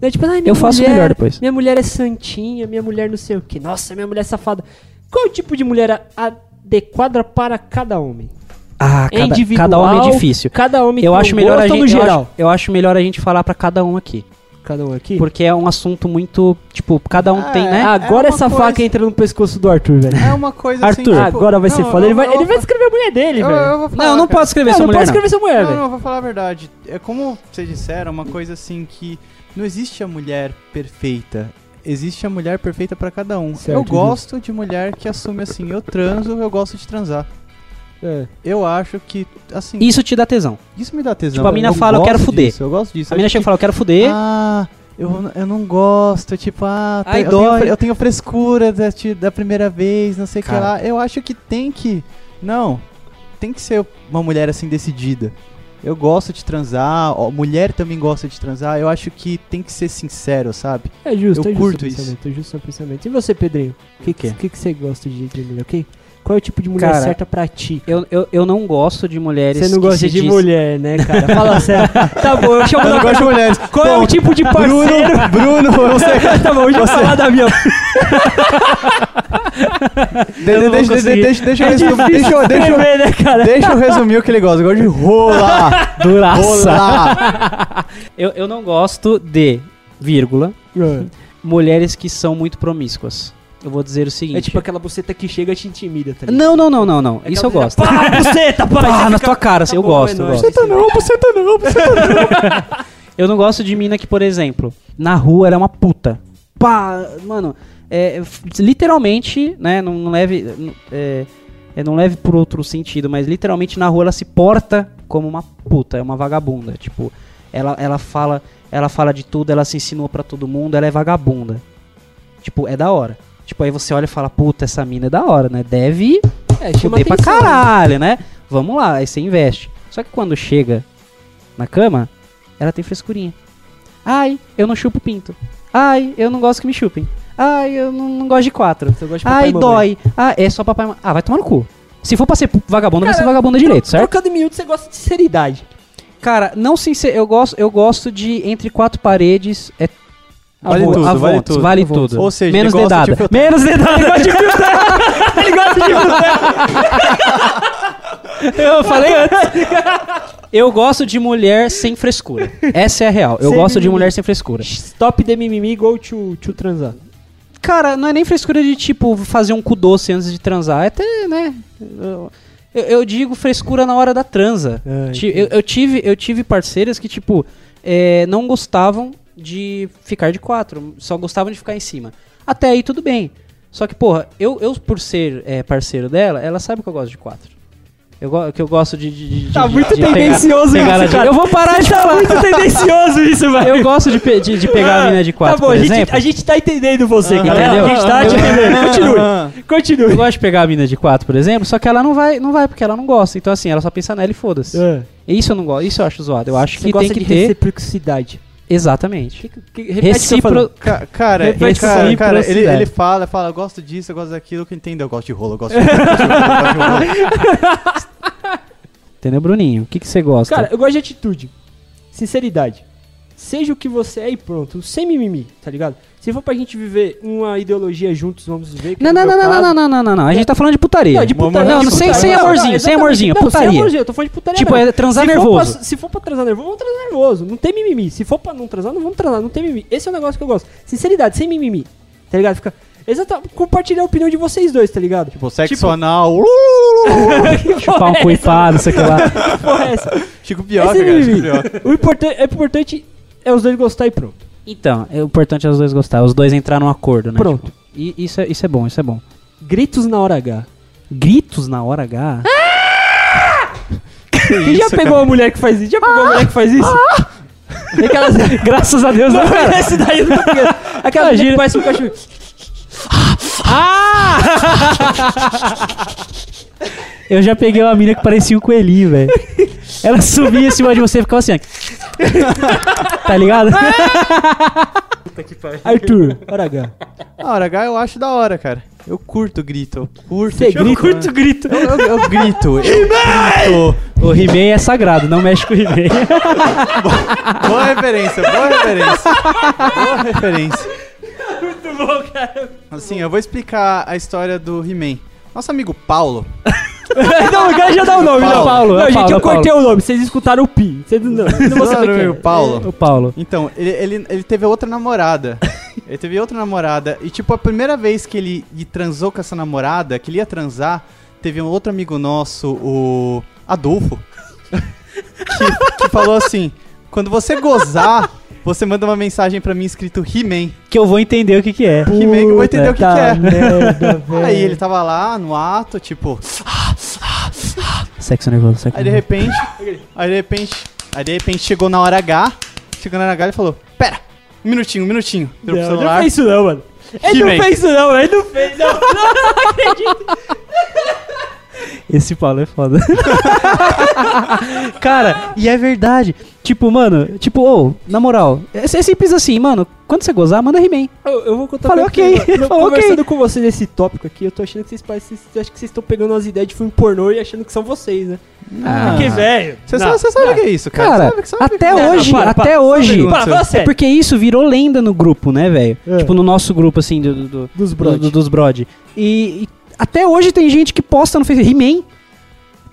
B: É tipo, ai, minha
C: Eu faço
B: mulher-
C: melhor depois.
B: Minha mulher é santinha, minha mulher não sei o que. Nossa, minha mulher é safada. Qual o tipo de mulher a- adequada para cada homem?
C: Ah,
B: É
C: cada,
B: individual,
C: cada homem é difícil.
B: Cada homem
C: Eu
B: tem
C: acho
B: um
C: melhor a
B: gosto ou
C: gente.
B: no
C: eu
B: geral.
C: acho- Eu acho, melhor a gente falar pra cada um aqui.
B: Cada um aqui?
C: Porque é um assunto muito. Tipo, cada um
D: Ah,
C: tem, né?
D: é.
B: Agora
D: uma
B: essa
D: coisa-
B: faca entra no pescoço do Arthur, velho.
D: É uma coisa
C: Arthur.
D: assim, tipo-
B: Agora vai ser
D: Não,
B: foda. Ele
D: eu-
B: vai,
D: eu-
B: ele vai escrever a mulher dele,
D: Eu,
B: velho.
D: eu vou falar,
C: Não, eu não
D: cara.
C: posso escrever
B: Não,
C: sua
B: não pode
C: mulher. Não.
B: escrever sua mulher,
D: Não,
B: velho.
D: não, eu vou falar a verdade. É como vocês disseram, uma coisa assim que não existe a mulher perfeita. Existe a mulher perfeita pra cada um.
B: Certo,
D: eu
B: Gil.
D: gosto de mulher que assume assim, eu transo, eu gosto de transar.
B: É.
D: Eu acho que, assim, isso,
C: Isso te dá tesão.
D: me dá tesão.
C: Tipo, a mina
D: eu
C: fala, eu
D: gosto
C: quero fuder.
D: disso, eu gosto disso.
C: A menina
D: Acho
C: chega e
D: que-
C: fala, eu quero fuder.
D: Ah, eu, eu não gosto, tipo, ah,
C: Ai,
D: eu, tenho,
C: dói.
D: fre- eu tenho frescura da, ti- da primeira vez, não sei o que
C: Cara.
D: lá. Eu acho que tem que. Não, tem que ser uma mulher assim decidida. Eu gosto de transar, ó, mulher também gosta de transar, eu acho que tem que ser sincero, sabe?
B: É justo,
D: Eu
B: é justo
D: curto
B: o
D: isso.
B: pensamento, é justo o pensamento. E você, Pedrinho? O que,
C: quê?
B: que, que você gosta de, de mulher? O que, Qual é o tipo de mulher
C: Cara,
B: certa pra ti?
C: Eu, eu, eu não gosto de mulheres
B: Você não
C: que
B: gosta
C: se
B: de
C: diz-
B: mulher, né, cara? Fala sério. Tá bom, eu chamo
D: Eu
B: na
D: não gosto de mulheres.
B: Qual é o tipo de parceiro?
D: Bruno, Bruno, você.
B: tá bom, deixa eu falar da minha.
D: Deixa, deixa, deixa, deixa, deixa,
C: É
D: eu resumir- deixa, eu-
B: É
D: deixa, eu-
B: Escrever, né, cara?
D: deixa eu resumir o que ele gosta. Eu gosto de rola.
C: Duraça.
D: Rola.
C: Eu, eu não gosto de, vírgula,
B: É tipo
C: mulheres que são muito promíscuas. Eu vou dizer o seguinte.
B: É tipo aquela buceta que chega e te intimida, tá ligado?
C: Não, não, não, não, não. Isso eu gosto.
B: Pá, buceta, pá!
C: Pá,
B: Você
C: na
B: fica-
C: tua cara, assim, eu
B: bom, é
C: gosto, eu
B: nóis.
C: gosto.
D: Tá não, você tá não.
C: Eu não gosto de mina que, por exemplo, na rua era uma puta. Pá, mano, é, f- literalmente, né, não, não leve... n- É, é, não leve por outro sentido, mas literalmente na rua ela se porta como uma puta, é uma vagabunda. Tipo, ela, ela fala ela fala de tudo, ela se insinua pra todo mundo, ela é vagabunda. Tipo, é da hora. Tipo, aí você olha e fala, puta, essa mina é da hora, né? Deve
B: É, chama
C: Fudei pra
B: atenção, né?
C: caralho, né? Vamos lá, aí você investe. Só que quando chega na cama, ela tem frescurinha. Ai, eu não chupo pinto. Ai, eu não gosto que me chupem. Ai, eu não, não gosto de quatro.
B: Eu gosto de papai
C: Ai,
B: e mamãe.
C: dói. Ah, é só papai. e ma- Ah, vai tomar no cu. Se for pra ser vagabunda, vai ser vagabunda direito, certo?
B: Trocando em miúdo, você gosta de sinceridade.
C: Cara, não sincer, eu gosto, eu gosto de entre quatro paredes é
D: Vale
C: Avon-
D: tudo, vale
C: Avontes,
D: tudo.
C: vale tudo.
D: Ou seja,
C: menos
D: ele gosta de
C: dedada.
D: filtrar.
C: menos dedada. Ele gosta de filtrar. Ele gosta de filtrar. Eu falei antes. Eu gosto de mulher sem frescura. Essa é a real. Eu
B: Sem
C: gosto de
B: mimimi.
C: mulher sem frescura.
B: Stop de mimimi igual to, to transar.
C: Cara, não é nem frescura de tipo fazer um cu doce antes de transar. É até, né? Eu, eu- eu digo frescura na hora da transa.
B: Ah,
C: Ti- eu, eu tive, eu tive parceiras que, tipo, é, não gostavam de ficar de quatro, só gostavam de ficar em cima. Até aí tudo bem. Só que, porra, eu, eu por ser é, parceiro dela, ela sabe que eu gosto de quatro. Eu, go- que eu gosto de. de- de-
B: Tá
C: de-
B: muito
C: de pegar-
B: tendencioso
C: pegar
B: isso,
C: ela de-
B: cara.
C: Eu vou parar de falar.
B: tá Muito tendencioso isso, velho.
C: Eu gosto de, pe- de, de pegar a menina de quatro.
B: Tá bom,
C: por
B: a, gente,
C: exemplo.
B: a gente tá entendendo você,
C: Aham.
B: galera. A
C: Entendeu?
B: gente tá te entendendo. Continue,
C: Eu
B: continue.
C: gosto de pegar a mina de 4, por exemplo, só que ela não vai, não vai porque ela não gosta. Então assim, ela só pensa nela e foda-se. Isso eu não gosto, isso eu acho zoado. Eu É.
B: É.
C: acho
B: Você
C: que tem
B: gosta
C: que
B: de
C: ter
B: reciprocidade.
C: exatamente.
B: Recipro...
C: Recipro
D: Ca- Cara, ele,
B: Repete isso aí,
D: cara, cara ele,
B: procidade.
D: ele fala, fala, eu gosto disso, eu gosto daquilo, que entendeu? Eu gosto de rolo, eu gosto de rolo, eu gosto de rolo, eu gosto de rolo.
C: Entendeu, Bruninho? O que que você gosta?
B: Cara, eu gosto de atitude. Sinceridade. Seja o que você é e pronto. Sem mimimi, tá ligado? Se for pra gente viver uma ideologia juntos, vamos viver. que
C: não,
B: no
C: não,
B: meu
C: não, não,
B: caso-
C: não, não, não, não, não. A gente tá falando de putaria.
B: Não, de putaria.
C: Não,
B: de
C: sem,
B: putaria.
C: sem
B: Não,
C: amorzinho,
B: não,
C: sem
B: exatamente.
C: amorzinho, é
B: Não,
C: putaria.
B: Sem amorzinho, eu tô falando de putaria.
C: Tipo,
B: mesmo.
C: é transar
B: se for
C: nervoso.
B: pra- se for pra transar nervoso, vamos transar nervoso. Não tem mimimi. Se for pra não transar, não vamos transar. Não tem mimimi. Esse é o negócio que eu gosto. Sinceridade, sem mimimi. Tá ligado? Fica. Exatamente. Compartilhar a opinião de vocês dois, tá ligado?
D: Tipo, sexo anal. lulululu.
B: Que
C: Chupar um
B: porra é
C: cu e
B: essa?
C: pá, não sei o que lá.
B: Que porra é essa?
D: Chico Pioca,
B: Esse
D: cara, Chico
B: mimimi.
D: Pioca.
B: O importante é, importante é os dois gostar e pronto.
C: Então, é importante os dois gostar, os dois entrar num acordo, né?
B: Pronto.
C: Tipo, e isso é, isso é bom, isso é bom.
B: Gritos na hora H.
C: Gritos na hora H.
B: Quem já pegou uma mulher que faz isso? Já pegou uma mulher que faz isso? Tem Aquelas...
C: Graças a Deus, Ah! né, não.
B: Esse daí eu não tá- tô pegando. Aquela mulher que parece um cachorro.
C: Eu já peguei uma mina que parecia um coelhinho, velho. Ela subia em cima de você e ficava assim, ó. Tá ligado?
B: Arthur, hora H.
D: A hora Ah, H eu acho da hora, cara. Eu curto grito, eu curto.
B: Você
D: tipo,
B: grita?
D: Eu,
C: grito.
D: eu- eu grito, eu grito.
C: O He-Man é sagrado, não mexe com o He-Man.
D: Boa referência, boa referência. Boa referência. Muito bom, cara. Assim, eu vou explicar a história do He-Man. Nosso amigo Paulo.
B: Não, o cara já dá o nome,
D: Paulo.
B: não.
C: Paulo,
B: não,
C: é
B: gente,
C: Paulo,
B: eu
C: é Paulo.
B: cortei o nome. Vocês escutaram o Pi. Vocês não, não vão saber
D: Nosso
B: quem
D: amigo
B: é.
D: Paulo.
C: O Paulo.
D: Então, ele, ele, ele teve outra namorada. ele teve outra namorada. E, tipo, a primeira vez que ele, ele transou com essa namorada, que ele ia transar, teve um outro amigo nosso, o Adolfo, que, que falou assim: quando você gozar, você manda uma mensagem pra mim escrito He-Man.
C: Que eu vou entender o que que é.
D: He-Man, que eu vou entender o que, que
B: Puta
D: é.
B: merda, velho.
D: Aí ele tava lá no ato, tipo,
C: Sexo nervoso, sexo
D: aí de
C: nervoso.
D: repente, aí de repente, aí de repente chegou na hora H, chegou na hora H ele falou: pera, um minutinho, um minutinho. Virou pro
B: Não, não
D: celular.
B: fez isso não, mano. Ele não
D: He-Man.
B: fez isso não, ele não fez. Não, não, não acredito.
C: Esse Paulo é foda. Cara, e é verdade. Tipo, mano, tipo, ô, na moral, é é simples assim, mano. Quando você gozar, manda He-Man.
B: Eu, eu vou contar
C: Falei,
B: pra
C: ok.
B: vocês, mano.
C: Falei, ok.
B: Conversando com vocês nesse tópico aqui, eu tô achando que vocês parecem. vocês- Acho que vocês estão pegando as ideias de filme pornô e achando que são vocês, né? Porque, velho.
D: Você
B: não.
D: sabe, você sabe o que é isso, cara.
C: Cara,
D: Você sabe- sabe
C: até
D: que-
B: Não,
C: É hoje,
B: para, para,
C: até
B: só um
C: hoje.
B: minuto. Para, fala sério.
C: É Porque isso virou lenda no grupo, né, velho? Tipo, no nosso grupo, assim, do, do- do-
B: É. Dos
C: do- do- dos Brod. E, e até hoje tem gente que posta no Facebook He-Man.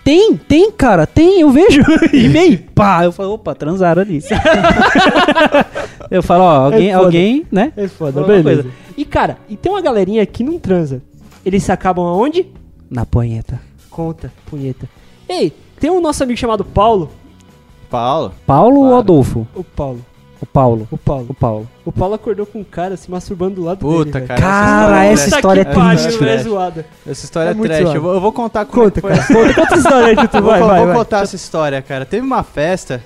C: Tem, tem, cara, tem, eu vejo. He-Man, pá, eu falo, opa, transaram ali. eu falo, ó, alguém,
B: É foda.
C: alguém, né?
B: É foda,
C: Fala uma
B: beleza.
C: coisa.
B: E, cara, e tem uma galerinha que não transa. Eles se acabam aonde?
C: Na punheta.
B: Conta, punheta. Ei, tem um nosso amigo chamado Paulo.
D: Paulo.
C: Paulo ou Adolfo?
B: O Paulo,
C: O Paulo.
B: o Paulo.
C: O Paulo.
B: O Paulo acordou com um cara se masturbando do lado
D: Puta,
B: dele.
D: cara.
C: Cara,
D: essa
C: essa
D: história,
C: história é
B: que pariu,
C: triste,
B: velho, é
D: velho.
B: zoada.
D: essa história
B: é
D: é
B: muito
D: trash.
B: zoado.
D: Eu vou, eu vou contar como
B: Conta,
D: é que foi
B: cara. Conta, conta essa história aí, Tutu.
D: Vou,
B: Vai,
D: falar-
B: vai,
D: vou
B: vai.
D: contar essa história, cara. Teve uma festa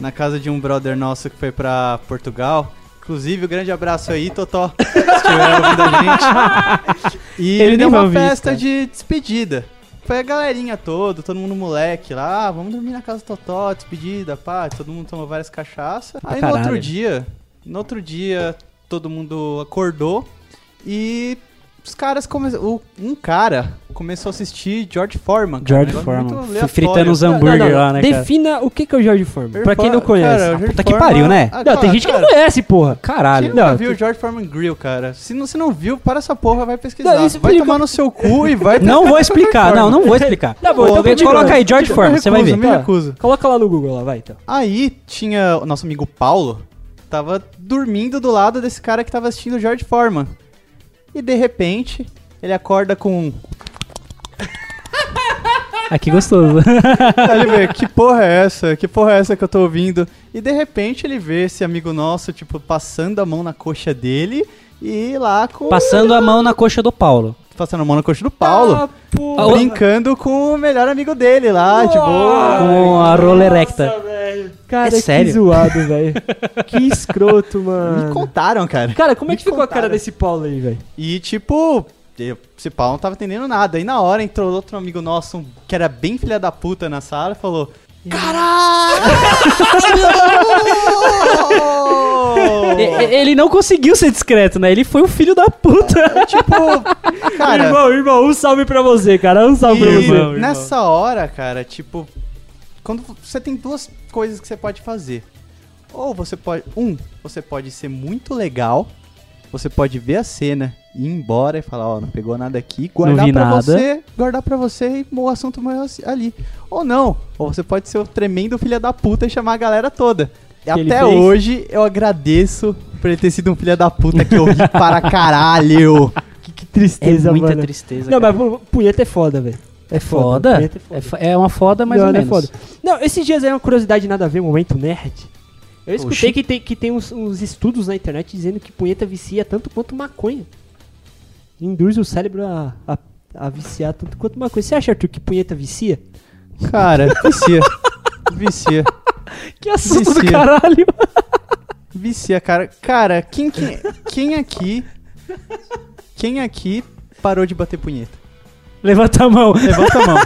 D: na casa de um brother nosso que foi pra Portugal. Inclusive, um grande abraço aí, Totó. Se estiver ouvindo a gente. E
C: Ele
D: ele,
C: nem
D: deu
C: vai
D: uma
C: ouvir isso,
D: festa
C: cara.
D: de despedida. Foi a galerinha toda, todo mundo moleque lá. "Ah, vamos dormir na casa do Totó, despedida, pá. Todo mundo tomou várias cachaça. Aí no outro
C: caralho.
D: dia, no outro dia, todo mundo acordou e os caras começaram. Um cara começou a assistir George Foreman. cara. Um
C: George
D: negócio
C: Foreman.
D: muito
C: Fui
D: aleatório.
C: Fritando um os
B: Não, não,
C: hambúrguer
B: não.
C: lá, né, cara?
B: Defina o que que é o George Foreman, pra quem não
D: Cara,
B: conhece.
D: o
C: Ah,
D: George
C: puta que pariu, né?
D: Ah,
B: não,
D: cara,
B: tem gente que
D: cara,
B: não conhece, porra.
D: Quem
C: Caralho.
D: nunca
B: Não,
D: viu o George Foreman Grill, cara? Se não, se não viu, para essa porra, vai pesquisar.
B: Não, isso
D: vai
B: explica-
D: tomar no seu cu e vai...
C: Não vou explicar, não, não vou explicar.
B: Tá bom, então
C: Vê-
B: continua.
C: Coloca aí, George
D: Eu
C: Foreman, você vai
D: recuso,
C: ver. Tá.
D: Me recuso.
B: Coloca lá no Google, lá, vai então.
D: Aí tinha o nosso amigo Paulo, tava dormindo do lado desse cara que tava assistindo o George Foreman. E de repente, ele acorda com... um-
C: Ah, que gostoso.
D: Aí ele vê, que porra é essa? Que porra é essa que eu tô ouvindo? E de repente ele vê esse amigo nosso, tipo, passando a mão na coxa dele e lá com...
C: Passando a mão na coxa do Paulo.
D: Passando a mão na coxa do Paulo.
B: Ah, porra.
C: Paulo-
D: brincando com o melhor amigo dele lá, de boa.
C: Com a rola erecta.
B: Cara,
C: É sério?
B: que zoado, velho. que escroto,
D: Me
B: mano.
D: contaram, cara.
B: Cara, como é
D: Me
B: que ficou a cara
D: contaram.
B: desse Paulo aí, velho?
D: E tipo, eu- esse pau não tava entendendo nada. Aí na hora entrou outro amigo nosso, um- que era bem filha da puta na sala, e falou:
C: E- e- Ele não conseguiu ser discreto, né? Ele foi o filho da puta.
D: Tipo, cara.
B: Irmão, irmão, um salve pra você, cara. Um salve pra
D: e
B: você.
C: irmão.
D: nessa hora, cara, tipo, quando você tem duas coisas que você pode fazer. Ou você pode. Um, você pode ser muito legal. Você pode ver a cena e ir embora e falar, ó, não pegou nada aqui, guardar
C: vi
D: pra
C: nada.
D: você, guardar pra você e o assunto morreu assim- ali. Ou não, ou você pode ser o tremendo filho da puta e chamar a galera toda.
B: ele
D: Até
B: fez?
D: hoje eu agradeço por ele ter sido um filho da puta que eu ri para caralho. É
B: Que, que tristeza, mano.
C: tristeza.
B: Não, mas pu- punheta é foda, velho.
C: É foda?
B: punheta é foda.
C: É fo- É uma foda, mais
B: não,
C: ou
B: não é
C: menos.
B: foda. Não, esses dias aí é uma curiosidade nada a ver, um momento nerd. Eu escutei
C: Oxi.
B: que tem, que tem uns, uns estudos na internet dizendo que punheta vicia tanto quanto maconha. Induz o cérebro a, a, a viciar tanto quanto maconha. Você acha, Arthur, que punheta vicia?
D: Cara, vicia. Vicia.
C: Que assunto do
D: Vicia.
C: caralho.
D: Vicia, cara. Cara, quem, quem, quem aqui. Quem aqui parou de bater punheta?
C: Levanta a mão.
D: Levanta a mão.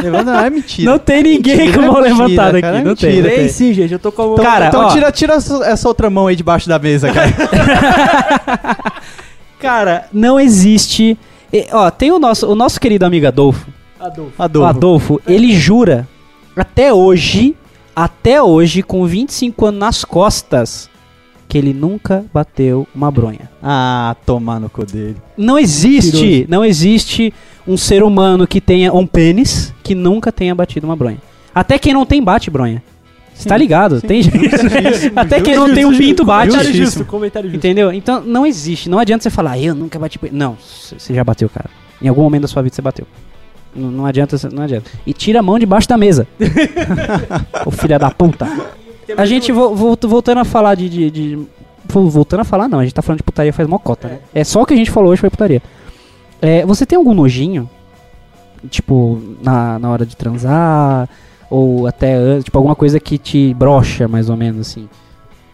D: Levanta a mão, é mentira.
C: Não tem ninguém
D: Mentira,
C: com a mão
D: mentira,
C: levantada
D: cara,
C: aqui. Não tem.
D: mentira.
C: não
B: Tem
C: tem.
B: sim, gente. Eu tô com a...
D: Então,
C: Cara,
D: então
C: ó.
D: tira, tira essa, essa outra mão aí debaixo da mesa, cara.
C: Cara, não existe. E, ó, tem o nosso, o nosso querido amigo Adolfo.
B: Adolfo.
D: Adolfo.
C: O Adolfo, ele jura até hoje, até hoje, com 25 anos nas costas, que ele nunca bateu uma bronha.
D: Ah, tomar no cu dele.
C: Não existe, não existe um ser humano que tenha um pênis que nunca tenha batido uma bronha. Até quem não tem bate bronha. Você tá ligado? Tem gente. Até quem não tem um pinto bate.
B: Comentário justo, comentário justo.
C: Entendeu? Então não existe. Não adianta você falar, "Ah, eu nunca bati. punheta." Não, c- você já bateu, cara. Em algum momento da sua vida você bateu. N- não adianta, você- não adianta. E tira a mão debaixo da mesa. Ô filha da puta. A gente vo- vo- voltando a falar de, de- de- vo- Voltando a falar, não, a gente tá falando de putaria faz mocota, né? É só o que a gente falou hoje foi putaria. É, você tem algum nojinho? Tipo, na, na hora de transar? Ou até. an- Tipo, alguma coisa que te brocha, mais ou menos, assim.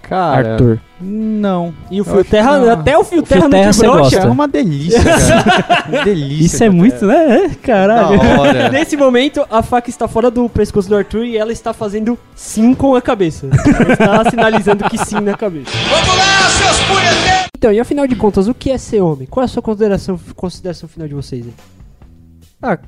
D: Cara,
E: Arthur.
D: não.
B: E o
D: Eu
B: fio
D: acho que
B: terra,
D: não.
B: até o fio
C: fio
B: terra não
C: terra
B: te
C: você
B: brocha.
D: Isso é uma delícia, cara. Uma delícia.
C: Isso é muito, né? É, Caralho.
D: Da hora.
B: Nesse momento, a faca está fora do pescoço do Arthur e ela está fazendo sim com a cabeça. Ela está sinalizando que sim na cabeça.
A: Vamos lá, seus punheteiros!
B: Então, e afinal de contas, o que é ser homem? Qual é a sua consideração, consideração final de vocês? aí?
C: Ah,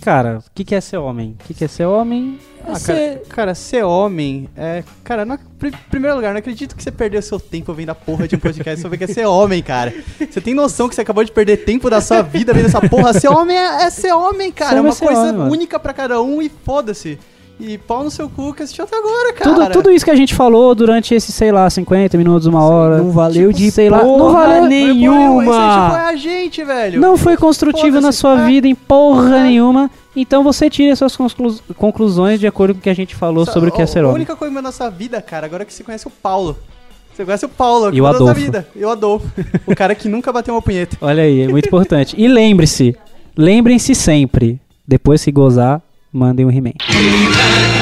C: cara, o que, que é ser homem? O que, que é ser homem?
D: Ah,
B: Ser-
D: cara, cara, ser homem é. Cara, não ac- pri- primeiro lugar, não acredito que você perdeu seu tempo vendo a porra de um podcast sobre o que é ser homem, cara. Você tem noção que você acabou de perder tempo da sua vida vendo essa porra? Ser homem é, é ser homem, cara.
C: Ser
D: É
C: homem
D: uma
C: é ser
D: coisa
C: homem, mano.
D: única pra cada um e foda-se. E pau no seu cu que assistiu até agora, cara.
C: Tudo, tudo isso que a gente falou durante esses, sei lá, 50 minutos, uma hora.
B: Não valeu
C: tipo,
B: de
C: sei lá, não
B: porra
C: valeu
D: Foi é bom, Esse aí
B: nenhuma.
D: foi a gente, velho.
C: Não foi construtivo na
D: Foda-se,
C: sua
D: é.
C: vida em porra
D: É.
C: nenhuma. Então você tira suas conclu- conclusões de acordo com o que a gente falou
D: Sa-
C: sobre o que é ser
D: A
C: homem.
D: única coisa da nossa vida, cara, agora é que você conhece o Paulo. Você conhece o Paulo, que
C: E o
D: mudou a
C: Adolfo.
D: vida. E o Adolfo. o cara que nunca bateu uma punheta.
C: Olha aí, é muito importante. E lembre-se, lembrem-se sempre, depois se gozar, mandem um He-Man.